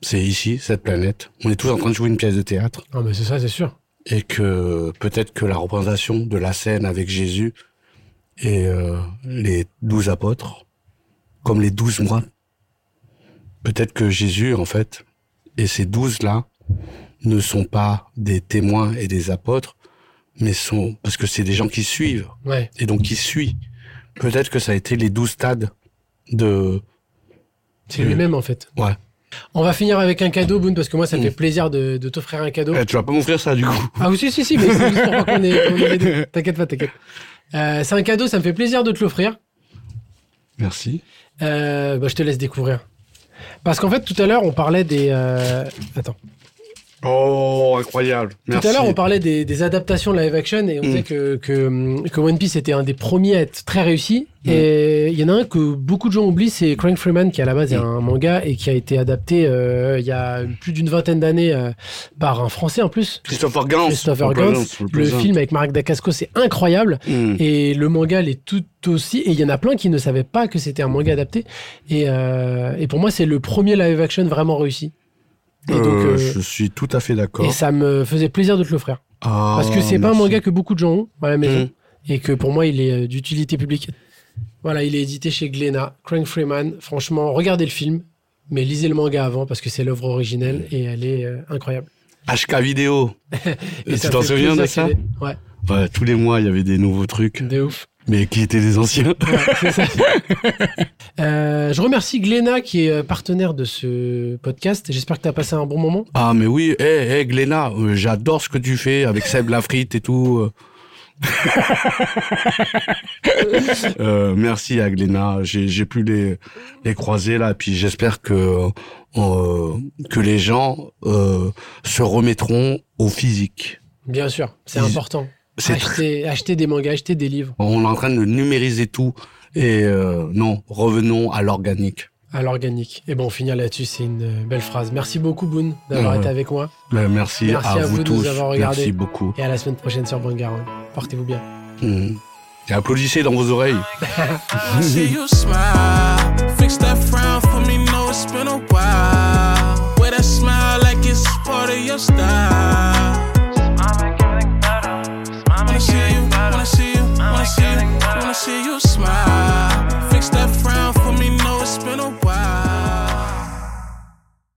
[SPEAKER 2] c'est ici, cette planète. On est tous en train de jouer une pièce de théâtre.
[SPEAKER 1] non Ah, mais c'est ça c'est sûr.
[SPEAKER 2] Et que peut-être que la représentation de la scène avec Jésus et euh, les douze apôtres, comme les douze mois, peut-être que Jésus, en fait, et ces douze-là, ne sont pas des témoins et des apôtres, mais sont parce que c'est des gens qui suivent
[SPEAKER 1] Ouais.
[SPEAKER 2] et donc qui suit. Peut-être que ça a été les 12 stades de
[SPEAKER 1] C'est
[SPEAKER 2] Euh,
[SPEAKER 1] lui-même, en fait.
[SPEAKER 2] ouais.
[SPEAKER 1] On va finir avec un cadeau, Boone, parce que moi, ça me
[SPEAKER 2] Mm.
[SPEAKER 1] fait plaisir de, de t'offrir un cadeau.
[SPEAKER 2] Eh, tu vas pas m'offrir ça du coup.
[SPEAKER 1] Ah oui, si, si, si, mais c'est juste pour pas qu'on ait- qu'on ait les deux. T'inquiète pas, t'inquiète. Euh, c'est un cadeau, ça me fait plaisir de te l'offrir.
[SPEAKER 2] Merci.
[SPEAKER 1] Euh, bah, je te laisse découvrir. Parce qu'en fait, tout à l'heure, on parlait des. euh, Attends.
[SPEAKER 2] Oh, incroyable. Merci.
[SPEAKER 1] Tout à l'heure, on parlait des, des adaptations live action et on
[SPEAKER 2] Mm.
[SPEAKER 1] disait que, que, que One Piece était un des premiers à être très réussi.
[SPEAKER 2] Mm.
[SPEAKER 1] Et il y en a un que beaucoup de gens oublient, c'est Crank Freeman, qui à la base est
[SPEAKER 2] Mm.
[SPEAKER 1] un manga et qui a été adapté euh, il y a plus d'une vingtaine d'années euh, par un Français en plus.
[SPEAKER 2] Christopher Gans.
[SPEAKER 1] Christopher
[SPEAKER 2] Gans.
[SPEAKER 1] Gantz, le film avec Marc Dacasco, c'est incroyable.
[SPEAKER 2] Hmm.
[SPEAKER 1] Et le manga l'est tout aussi. Et il y en a plein qui ne savaient pas que c'était un manga adapté. Et, euh, et pour moi, c'est le premier live action vraiment réussi. Et, donc, euh,
[SPEAKER 2] Je suis tout à fait
[SPEAKER 1] et
[SPEAKER 2] d'accord. Ah,
[SPEAKER 1] ça me faisait plaisir de te l'offrir. Parce
[SPEAKER 2] Oh,
[SPEAKER 1] que c'est pas un manga que beaucoup de gens ont à la maison.
[SPEAKER 2] Mmh.
[SPEAKER 1] Et que pour moi, il est euh, d'utilité publique. Voilà, il est édité chez Glénat, Crank Freeman. Franchement, regardez le film, mais lisez le manga avant parce que c'est l'œuvre originelle
[SPEAKER 2] Mmh.
[SPEAKER 1] et elle est euh, incroyable.
[SPEAKER 2] HK vidéo.
[SPEAKER 1] Et
[SPEAKER 2] tu
[SPEAKER 1] ça me
[SPEAKER 2] t'en
[SPEAKER 1] fait
[SPEAKER 2] souviens de
[SPEAKER 1] plaisir
[SPEAKER 2] ça
[SPEAKER 1] qu'il est- Ouais,
[SPEAKER 2] Ouais, tous les mois il y avait des nouveaux trucs,
[SPEAKER 1] de ouf.
[SPEAKER 2] mais qui étaient des anciens.
[SPEAKER 1] Ouais, c'est ça. Euh, je remercie Gléna qui est euh, partenaire de ce podcast. J'espère que tu as passé un bon moment.
[SPEAKER 2] Ah mais oui, hé hey, Gléna, euh, j'adore ce que tu fais avec Seb Lafrite et tout. euh. Euh, merci à Gléna, j'ai j'ai pu les les croiser là, puis j'espère que euh, que les gens euh, se remettront au physique.
[SPEAKER 1] Bien sûr, c'est
[SPEAKER 2] Ils-
[SPEAKER 1] important.
[SPEAKER 2] C'est tr-
[SPEAKER 1] Acheter, acheter des mangas, acheter des livres
[SPEAKER 2] on est en train de numériser tout et euh, non, revenons à l'organique.
[SPEAKER 1] à l'organique. Et bon, on finit là-dessus, c'est une euh, belle phrase. Merci beaucoup, Boone, d'avoir
[SPEAKER 2] Ouais.
[SPEAKER 1] été avec moi.
[SPEAKER 2] Euh, merci,
[SPEAKER 1] Merci à vous de nous
[SPEAKER 2] tous,
[SPEAKER 1] avoir regardés.
[SPEAKER 2] merci beaucoup. Mmh.
[SPEAKER 1] Et à la semaine prochaine sur Bangaran. Portez-vous bien.
[SPEAKER 2] Mhm. Et applaudissez dans vos oreilles.
[SPEAKER 3] I see you smile.